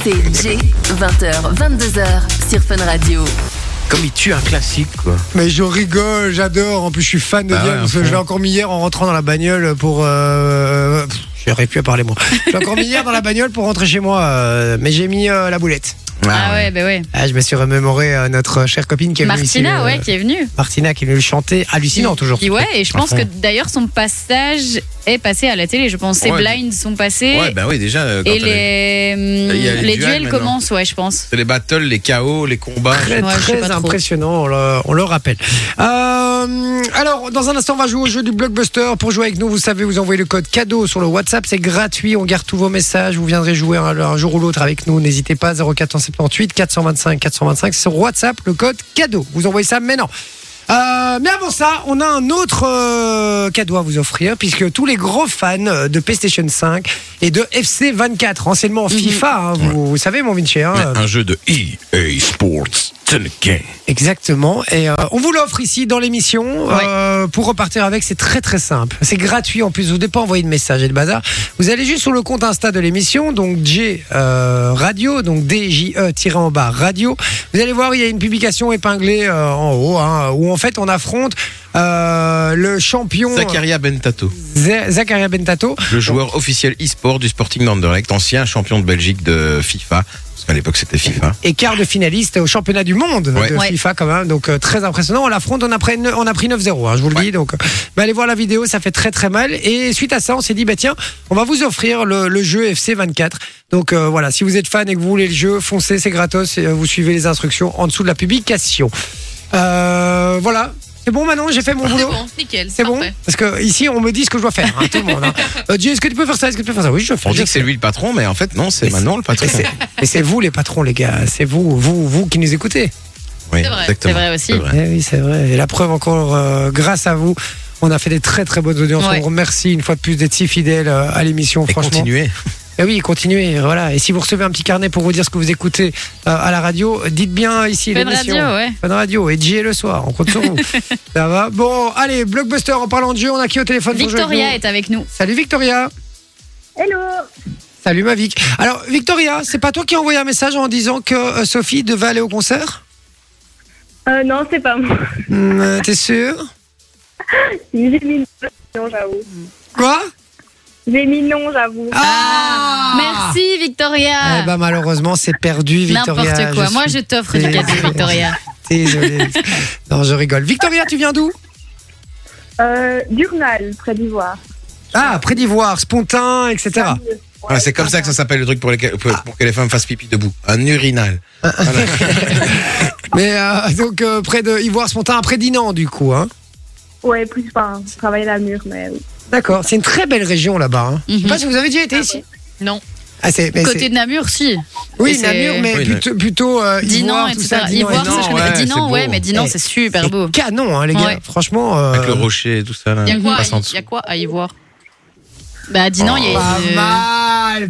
S5: C'est J, 20h, 22h sur Fun Radio.
S4: Comme il tue un classique, quoi.
S3: Mais je rigole, j'adore. En plus, je suis fan de
S4: Bah
S3: Diane.
S4: ouais, à
S3: parce que
S4: fond.
S3: je l'ai encore mis hier en rentrant dans la bagnole pour. Euh... pff, J'aurais pu à parler moi. Je l'ai encore mis hier dans la bagnole pour rentrer chez moi, euh, mais j'ai mis euh, la boulette.
S1: Ah ouais, bah ouais.
S3: Ah, je me suis remémoré euh, notre chère copine qui est venue ici,
S1: Martina,
S3: euh,
S1: ouais, qui est venue.
S3: Martina qui est venue le chanter, hallucinant
S1: Qui-
S3: toujours.
S1: qui- ouais, et je
S3: À
S1: pense
S3: fond.
S1: que d'ailleurs son passage est passé à la télé. Je pense ses
S4: Ouais.
S1: blinds sont passés
S4: Ouais, bah oui, déjà. euh, quand
S1: et
S4: t'as
S1: les,
S4: Il y a
S1: hum,
S4: les
S1: les
S4: duels
S1: duels
S4: maintenant.
S1: commencent, ouais, je pense.
S4: les- les battles, les chaos, les combats.
S3: Très,
S1: Ouais, je sais
S3: très
S1: pas trop.
S3: impressionnant, on le, on le rappelle. Euh, alors, dans un instant, on va jouer au jeu du blockbuster. Pour jouer avec nous, vous savez, vous envoyez le code cadeau sur le WhatsApp, c'est gratuit, on garde tous vos messages, vous viendrez jouer un, un jour ou l'autre avec nous, n'hésitez pas, 0478 425 425, c'est sur WhatsApp, le code cadeau. Vous envoyez ça maintenant. Euh, mais avant ça, on a un autre euh, cadeau à vous offrir, puisque tous les gros fans euh, de PlayStation 5 et de FC24,
S1: Mhm.
S3: anciennement FIFA, hein, vous, vous savez, mon Vinci, hein,
S4: Mais
S3: euh,
S4: Un jeu de EA Sports. Tekken.
S3: Exactement. Et euh, on vous l'offre ici dans l'émission. Euh, pour repartir avec, c'est très très simple. C'est gratuit en plus. Vous ne devez pas envoyer de message et de bazar. Vous allez juste sur le compte Insta de l'émission, donc J euh, Radio, donc E, DJE-en-bas Radio. Vous allez voir, il y a une publication épinglée euh, en haut, hein, où en fait on affronte euh, le champion
S4: Zakaria Bentato,
S3: Z- Zakaria Bentato.
S4: le joueur officiel e-sport du Sporting d'Anderlecht, ancien champion de Belgique de FIFA, parce qu'à l'époque c'était FIFA.
S3: et quart de finaliste au championnat du monde
S4: Ouais.
S3: de
S1: Ouais.
S3: FIFA quand même. Donc euh, très impressionnant. On l'affronte, on a pris, ne- on a pris 9-0, hein, je vous le dis. Donc euh, bah, allez voir la vidéo, ça fait très très mal. Et suite à ça, on s'est dit, bah, tiens, on va vous offrir le, le jeu FC24. Donc euh, voilà, si vous êtes fan et que vous voulez le jeu, foncez, c'est gratos, et, euh, vous suivez les instructions en dessous de la publication. Euh, voilà. C'est bon maintenant, j'ai fait mon
S2: C'est
S3: boulot.
S2: Ah, bon, nickel.
S3: C'est bon
S2: parfait.
S3: Parce que ici, on me dit ce que je dois faire. hein, tout le monde. hein. Euh, Dieu, est-ce que tu peux faire ça Est-ce que tu peux faire ça Oui, je fais.
S4: On
S3: je
S4: dit que c'est lui le patron, mais en fait non, c'est
S3: Mais c'est-
S4: Manon le patron.
S3: mais c'est- mais c'est vous les patrons, les gars. C'est vous, vous, vous qui nous écoutez.
S4: Oui,
S2: C'est vrai.
S4: exactement.
S1: C'est vrai aussi.
S4: C'est vrai.
S3: Eh oui, c'est vrai. Et la preuve encore, euh, grâce à vous, on a fait des très très bonnes audiences.
S1: Ouais.
S3: On vous remercie une fois de plus d'être si fidèles euh, à l'émission.
S4: Et
S3: Franchement.
S4: continuez.
S3: Eh oui, continuez. Voilà. Et si vous recevez un petit carnet pour vous dire ce que vous écoutez euh, à la radio, dites bien ici
S1: Fun
S3: l'émission.
S1: radio, ouais.
S3: Fun Radio et JL le soir. On compte sur vous. Ça va. Bon, allez, blockbuster. En parlant de jeu, on a qui au téléphone pour jouer avec
S1: Victoria
S3: nous
S1: est avec nous.
S3: Salut Victoria.
S7: Hello
S3: Salut ma Vic. Alors Victoria, c'est pas toi qui as envoyé un message en disant que euh, Sophie devait aller au concert
S7: euh, Non, c'est pas moi.
S3: Hum, euh, T'es sûr
S7: J'ai mis non, j'avoue.
S3: Quoi
S7: J'ai mis non, j'avoue.
S3: Ah
S1: Merci Victoria.
S3: Eh ben, malheureusement, c'est perdu, Victoria.
S1: Ah. N'importe quoi.
S3: Je
S1: Moi,
S3: suis
S1: je t'offre du cadeau,
S3: désolé.
S1: Victoria.
S3: Désolé. non, je rigole. Victoria, tu viens d'où
S7: Euh, Durnal, près d'Ivoire.
S3: Ah, près d'Ivoire, Spontin, etc.
S4: Voilà, Ah, c'est comme ça que ça s'appelle le truc pour, lesquels- pour- pour que les femmes fassent pipi debout. Un urinal. Voilà.
S3: Mais euh, donc, euh, près d'Ivoire, Spontin, près d'Inan, du coup. Hein.
S7: Ouais, plus pas. Je travaille à la mur, mais oui.
S3: D'accord. C'est une très belle région là-bas. Hein. Je sais
S1: Mhm.
S3: pas si vous avez déjà été ici.
S2: Non.
S3: Ah, c'est, mais
S1: Côté
S3: c'est-
S1: de Namur, si.
S3: Oui,
S1: c'est-
S3: Namur, mais
S4: Oui,
S3: plutôt, plutôt euh,
S1: Dinan,
S3: Ivoire, tout
S1: etc.
S3: ça. Dinan,
S1: Ivoire,
S4: Dinan,
S1: ça, je
S4: ouais,
S1: connais.
S4: c'est
S1: Dinan,
S4: beau.
S1: ouais, mais Dinan,
S3: Eh,
S1: c'est super
S3: C'est
S1: beau.
S3: Canon, hein, les gars.
S1: Ouais.
S3: Franchement. euh,
S4: Avec le rocher et tout ça. Là,
S2: Il y a quoi,
S4: on
S2: à-
S4: passe en
S2: il
S4: dessous.
S2: y a quoi à y voir
S1: Bah, Dinan, il y
S3: Oh, Pas
S1: a.
S3: mal,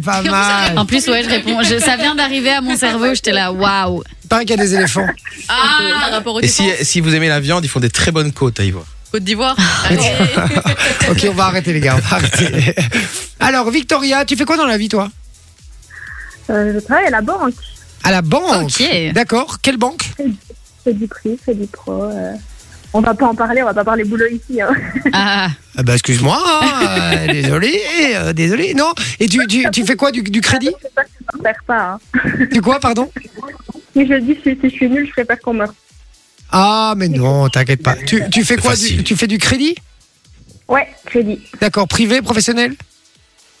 S3: pas
S2: Comment
S3: mal.
S1: une- En plus, ouais, je réponds. je- Ça vient d'arriver à mon cerveau. J'étais là, waouh.
S3: Il paraît qu'il y a des éléphants.
S2: Ah, par rapport au
S4: Et si, si vous aimez la viande, ils font des très bonnes côtes à Ivoire.
S2: Côte d'Ivoire.
S3: Ok, on va arrêter les gars, on va arrêter. Alors Victoria, tu fais quoi dans la vie toi
S7: Euh, je travaille à la banque.
S3: À la banque.
S1: Ok.
S3: D'accord. Quelle banque
S7: C'est du prix, c'est du pro. euh. On va pas en parler, on va pas parler boulot ici. Hein.
S1: Ah,
S3: Ah Bah excuse-moi, hein, euh, désolé, euh, désolé. Non. Et tu, tu, tu fais quoi du, du crédit
S7: On perd pas. Hein.
S3: Du quoi, pardon
S7: Si je dis si, si je suis nulle, je préfère qu'on meure.
S3: Ah mais non, t'inquiète pas. Tu, tu fais
S4: C'est
S3: quoi
S4: facile.
S3: du, Tu fais du crédit
S7: Ouais, crédit.
S3: D'accord, privé, professionnel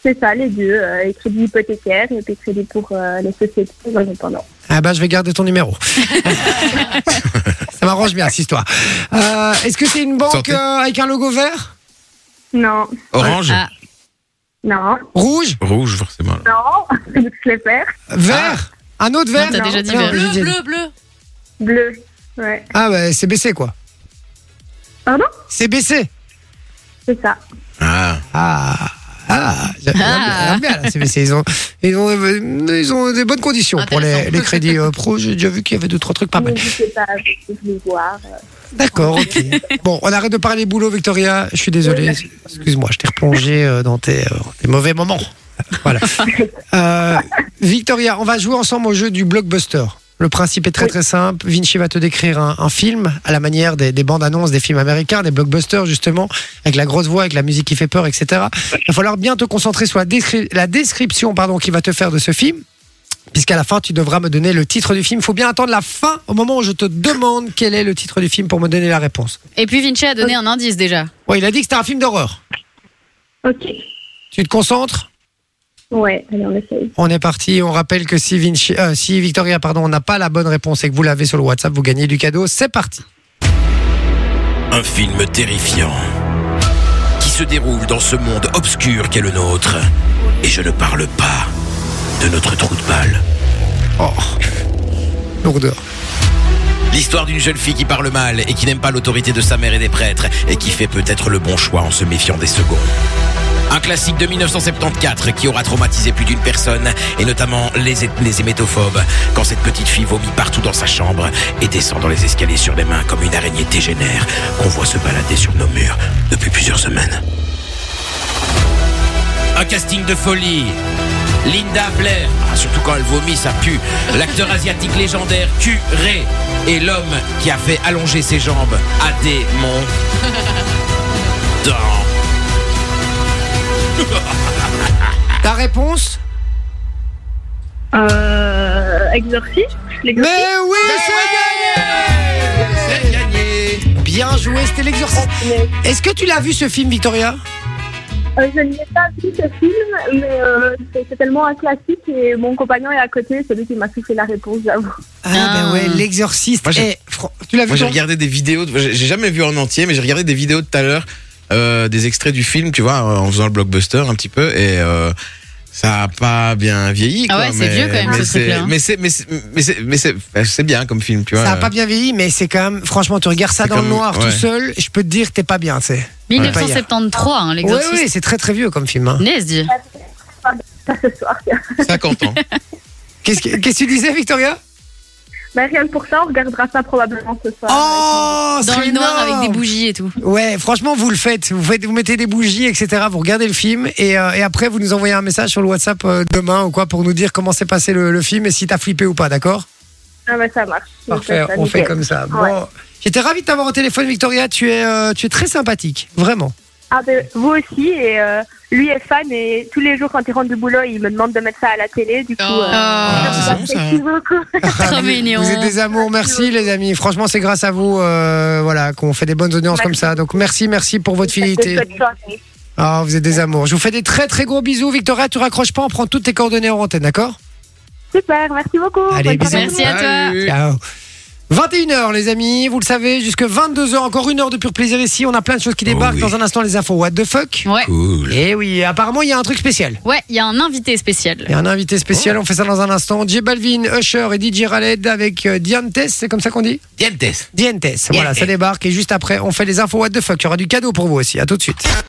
S7: C'est ça, les deux. Euh, les crédits hypothécaires et puis crédit pour euh, les sociétés indépendantes.
S3: Ah bah je vais garder ton numéro. Ça m'arrange bien cette histoire. Euh, Est-ce que c'est une banque
S4: Sortez.
S3: euh, avec un logo vert
S7: Non,
S4: Orange
S1: ah.
S7: non,
S3: Rouge
S4: Rouge, forcément.
S7: non. je les perds.
S3: Vert Un autre vert
S1: t'as déjà dit vert.
S3: j'ai
S2: Bleu, bleu, bleu.
S7: Bleu. Ouais.
S3: Ah bah c'est baissé quoi.
S7: Pardon
S3: C'est baissé.
S7: C'est ça.
S4: Ah.
S3: Ah. Ah, j'aime
S1: Ah.
S3: bien, j'aime bien la CVC. Ils ont, ils, ont, ils ont des bonnes conditions pour les,
S2: Intéressant.
S3: les crédits euh, pro. J'ai déjà vu qu'il y avait deux, trois trucs pas mal.
S7: N'hésitez pas à vous voir.
S3: D'accord, ok. Bon, on arrête de parler boulot, Victoria. Je suis désolé. Excuse-moi, je t'ai replongé euh, dans tes, euh, tes mauvais moments. Voilà. Euh, Victoria, on va jouer ensemble au jeu du blockbuster. Le principe est très
S7: Oui.
S3: très simple. Vinci va te décrire un, un film à la manière des, des bandes annonces des films américains, des blockbusters justement, avec la grosse voix, avec la musique qui fait peur, etc. Il va falloir bien te concentrer sur la, descri- la description pardon qu'il va te faire de ce film. Puisqu'à la fin, tu devras me donner le titre du film. Il faut bien attendre la fin au moment où je te demande quel est le titre du film pour me donner la réponse.
S1: Et puis Vinci a donné un indice déjà.
S3: Ouais, il a dit que c'était un film d'horreur.
S7: Ok.
S3: Tu te concentres
S7: Ouais, allez, on essaye.
S3: On est parti. On rappelle que si, Vinci, euh, si Victoria pardon, n'a pas la bonne réponse et que vous l'avez sur le WhatsApp, vous gagnez du cadeau. C'est parti.
S6: Un film terrifiant qui se déroule dans ce monde obscur qu'est le nôtre. Et je ne parle pas de notre trou de balle.
S3: Oh, lourdeur.
S6: L'histoire d'une jeune fille qui parle mal et qui n'aime pas l'autorité de sa mère et des prêtres et qui fait peut-être le bon choix en se méfiant des seconds. Un classique de 1974 qui aura traumatisé plus d'une personne et notamment les, hé- les hémétophobes quand cette petite fille vomit partout dans sa chambre et descend dans les escaliers sur les mains comme une araignée tégénère qu'on voit se balader sur nos murs depuis plusieurs semaines. Un casting de folie. Linda Blair, ah, surtout quand elle vomit, ça pue. L'acteur asiatique légendaire Curé et l'homme qui a fait allonger ses jambes à des montants.
S3: Ta réponse
S7: Euh, exorciste,
S3: Mais
S7: l'exorciste.
S3: oui
S4: C'est gagné.
S3: Bien joué, c'était l'exorciste. Est-ce que tu l'as vu ce film, Victoria
S7: Euh, je ne l'ai pas vu ce film, mais euh, c'est c'est tellement un classique et mon compagnon est à côté, c'est lui qui m'a soufflé la réponse, j'avoue.
S3: Ah,
S1: Ah.
S3: ben ouais, l'exorciste.
S4: Moi,
S3: Eh,
S4: j'ai-
S3: Fran- tu l'as vu
S4: Moi, j'ai
S3: toi
S4: regardé des vidéos. de- J'ai j'ai jamais vu en entier, mais j'ai regardé des vidéos de tout à l'heure, euh, des extraits du film, tu vois, en faisant le blockbuster un petit peu. Et euh, ça a pas bien vieilli.
S1: Ah
S4: quoi,
S1: ouais, c'est
S4: mais-
S1: vieux quand même,
S4: mais
S1: ce
S4: c'est-
S1: truc-là, hein.
S4: Mais c'est, mais c'est, mais c'est, mais c'est, c'est bien comme film, tu vois.
S3: Ça a pas bien vieilli, mais c'est quand même. Franchement, tu regardes ça
S4: C'est
S3: dans le
S4: comme-
S3: noir
S4: ouais.
S3: tout seul, je peux te dire que t'es pas bien, tu sais.
S1: 1973, hein,
S3: Oui,
S1: l'exorciste.
S3: oui, c'est très très vieux comme film. hein.
S1: Naze, dis.
S7: Ça ce soir.
S4: 50 ans.
S3: Qu'est-ce que qu'est-ce que tu disais, Victoria
S7: Mais rien que pour ça, on regardera ça probablement ce soir.
S3: Oh,
S1: Dans
S3: c'est
S1: le noir
S3: énorme.
S1: avec des bougies et tout.
S3: Ouais, franchement, vous le faites. Vous, faites, vous mettez des bougies, etc. Vous regardez le film et, euh, et après, vous nous envoyez un message sur le WhatsApp euh, demain ou quoi pour nous dire comment s'est passé le, le film et si t'as flippé ou pas, d'accord
S7: Ah, mais ça marche.
S3: Parfait,
S7: Ça, ça,
S3: on fait
S7: nickel.
S3: comme ça. Bon,
S7: Ouais.
S3: J'étais ravi de t'avoir au téléphone, Victoria. Tu es, euh, tu es très sympathique, vraiment.
S7: Ah, ben, vous aussi, et euh, lui est fan, et tous les jours quand il rentre du boulot, il me demande de mettre ça à la télé, du coup.
S2: Oh.
S7: euh,
S4: Ah, c'est bon, ça.
S7: j'apprécie beaucoup.
S1: Trop mignon.
S3: Vous êtes des amours, merci les amis. Franchement, c'est grâce à vous euh, voilà, qu'on fait des bonnes audiences
S7: Merci.
S3: comme ça. Donc merci, merci pour votre fidélité.
S7: Bonne soirée.
S3: Ah, vous êtes des amours. Je vous fais des très très gros bisous, Victoria. Tu raccroches pas, on prend toutes tes coordonnées en antenne, d'accord
S7: Super, merci beaucoup.
S3: Allez,
S7: Bonne soirée.
S3: bisous.
S1: Merci à toi.
S4: Salut.
S3: Ciao. 21h les amis, vous le savez, jusque 22h, encore une heure de pur plaisir ici, on a plein de choses qui débarquent,
S6: oui.
S3: dans un instant les infos, what the fuck
S1: Ouais,
S6: Cool.
S3: Et oui, apparemment il y a un truc spécial.
S1: ouais, il y a un invité spécial.
S3: Il y a un invité spécial, on fait ça dans un instant. J Balvin, Usher et DJ Khaled avec euh, Diantes, c'est comme ça qu'on dit
S6: Dientes.
S3: Diantes, voilà, ça débarque et juste après on fait les infos what the fuck, il y aura du cadeau pour vous aussi, à tout de suite.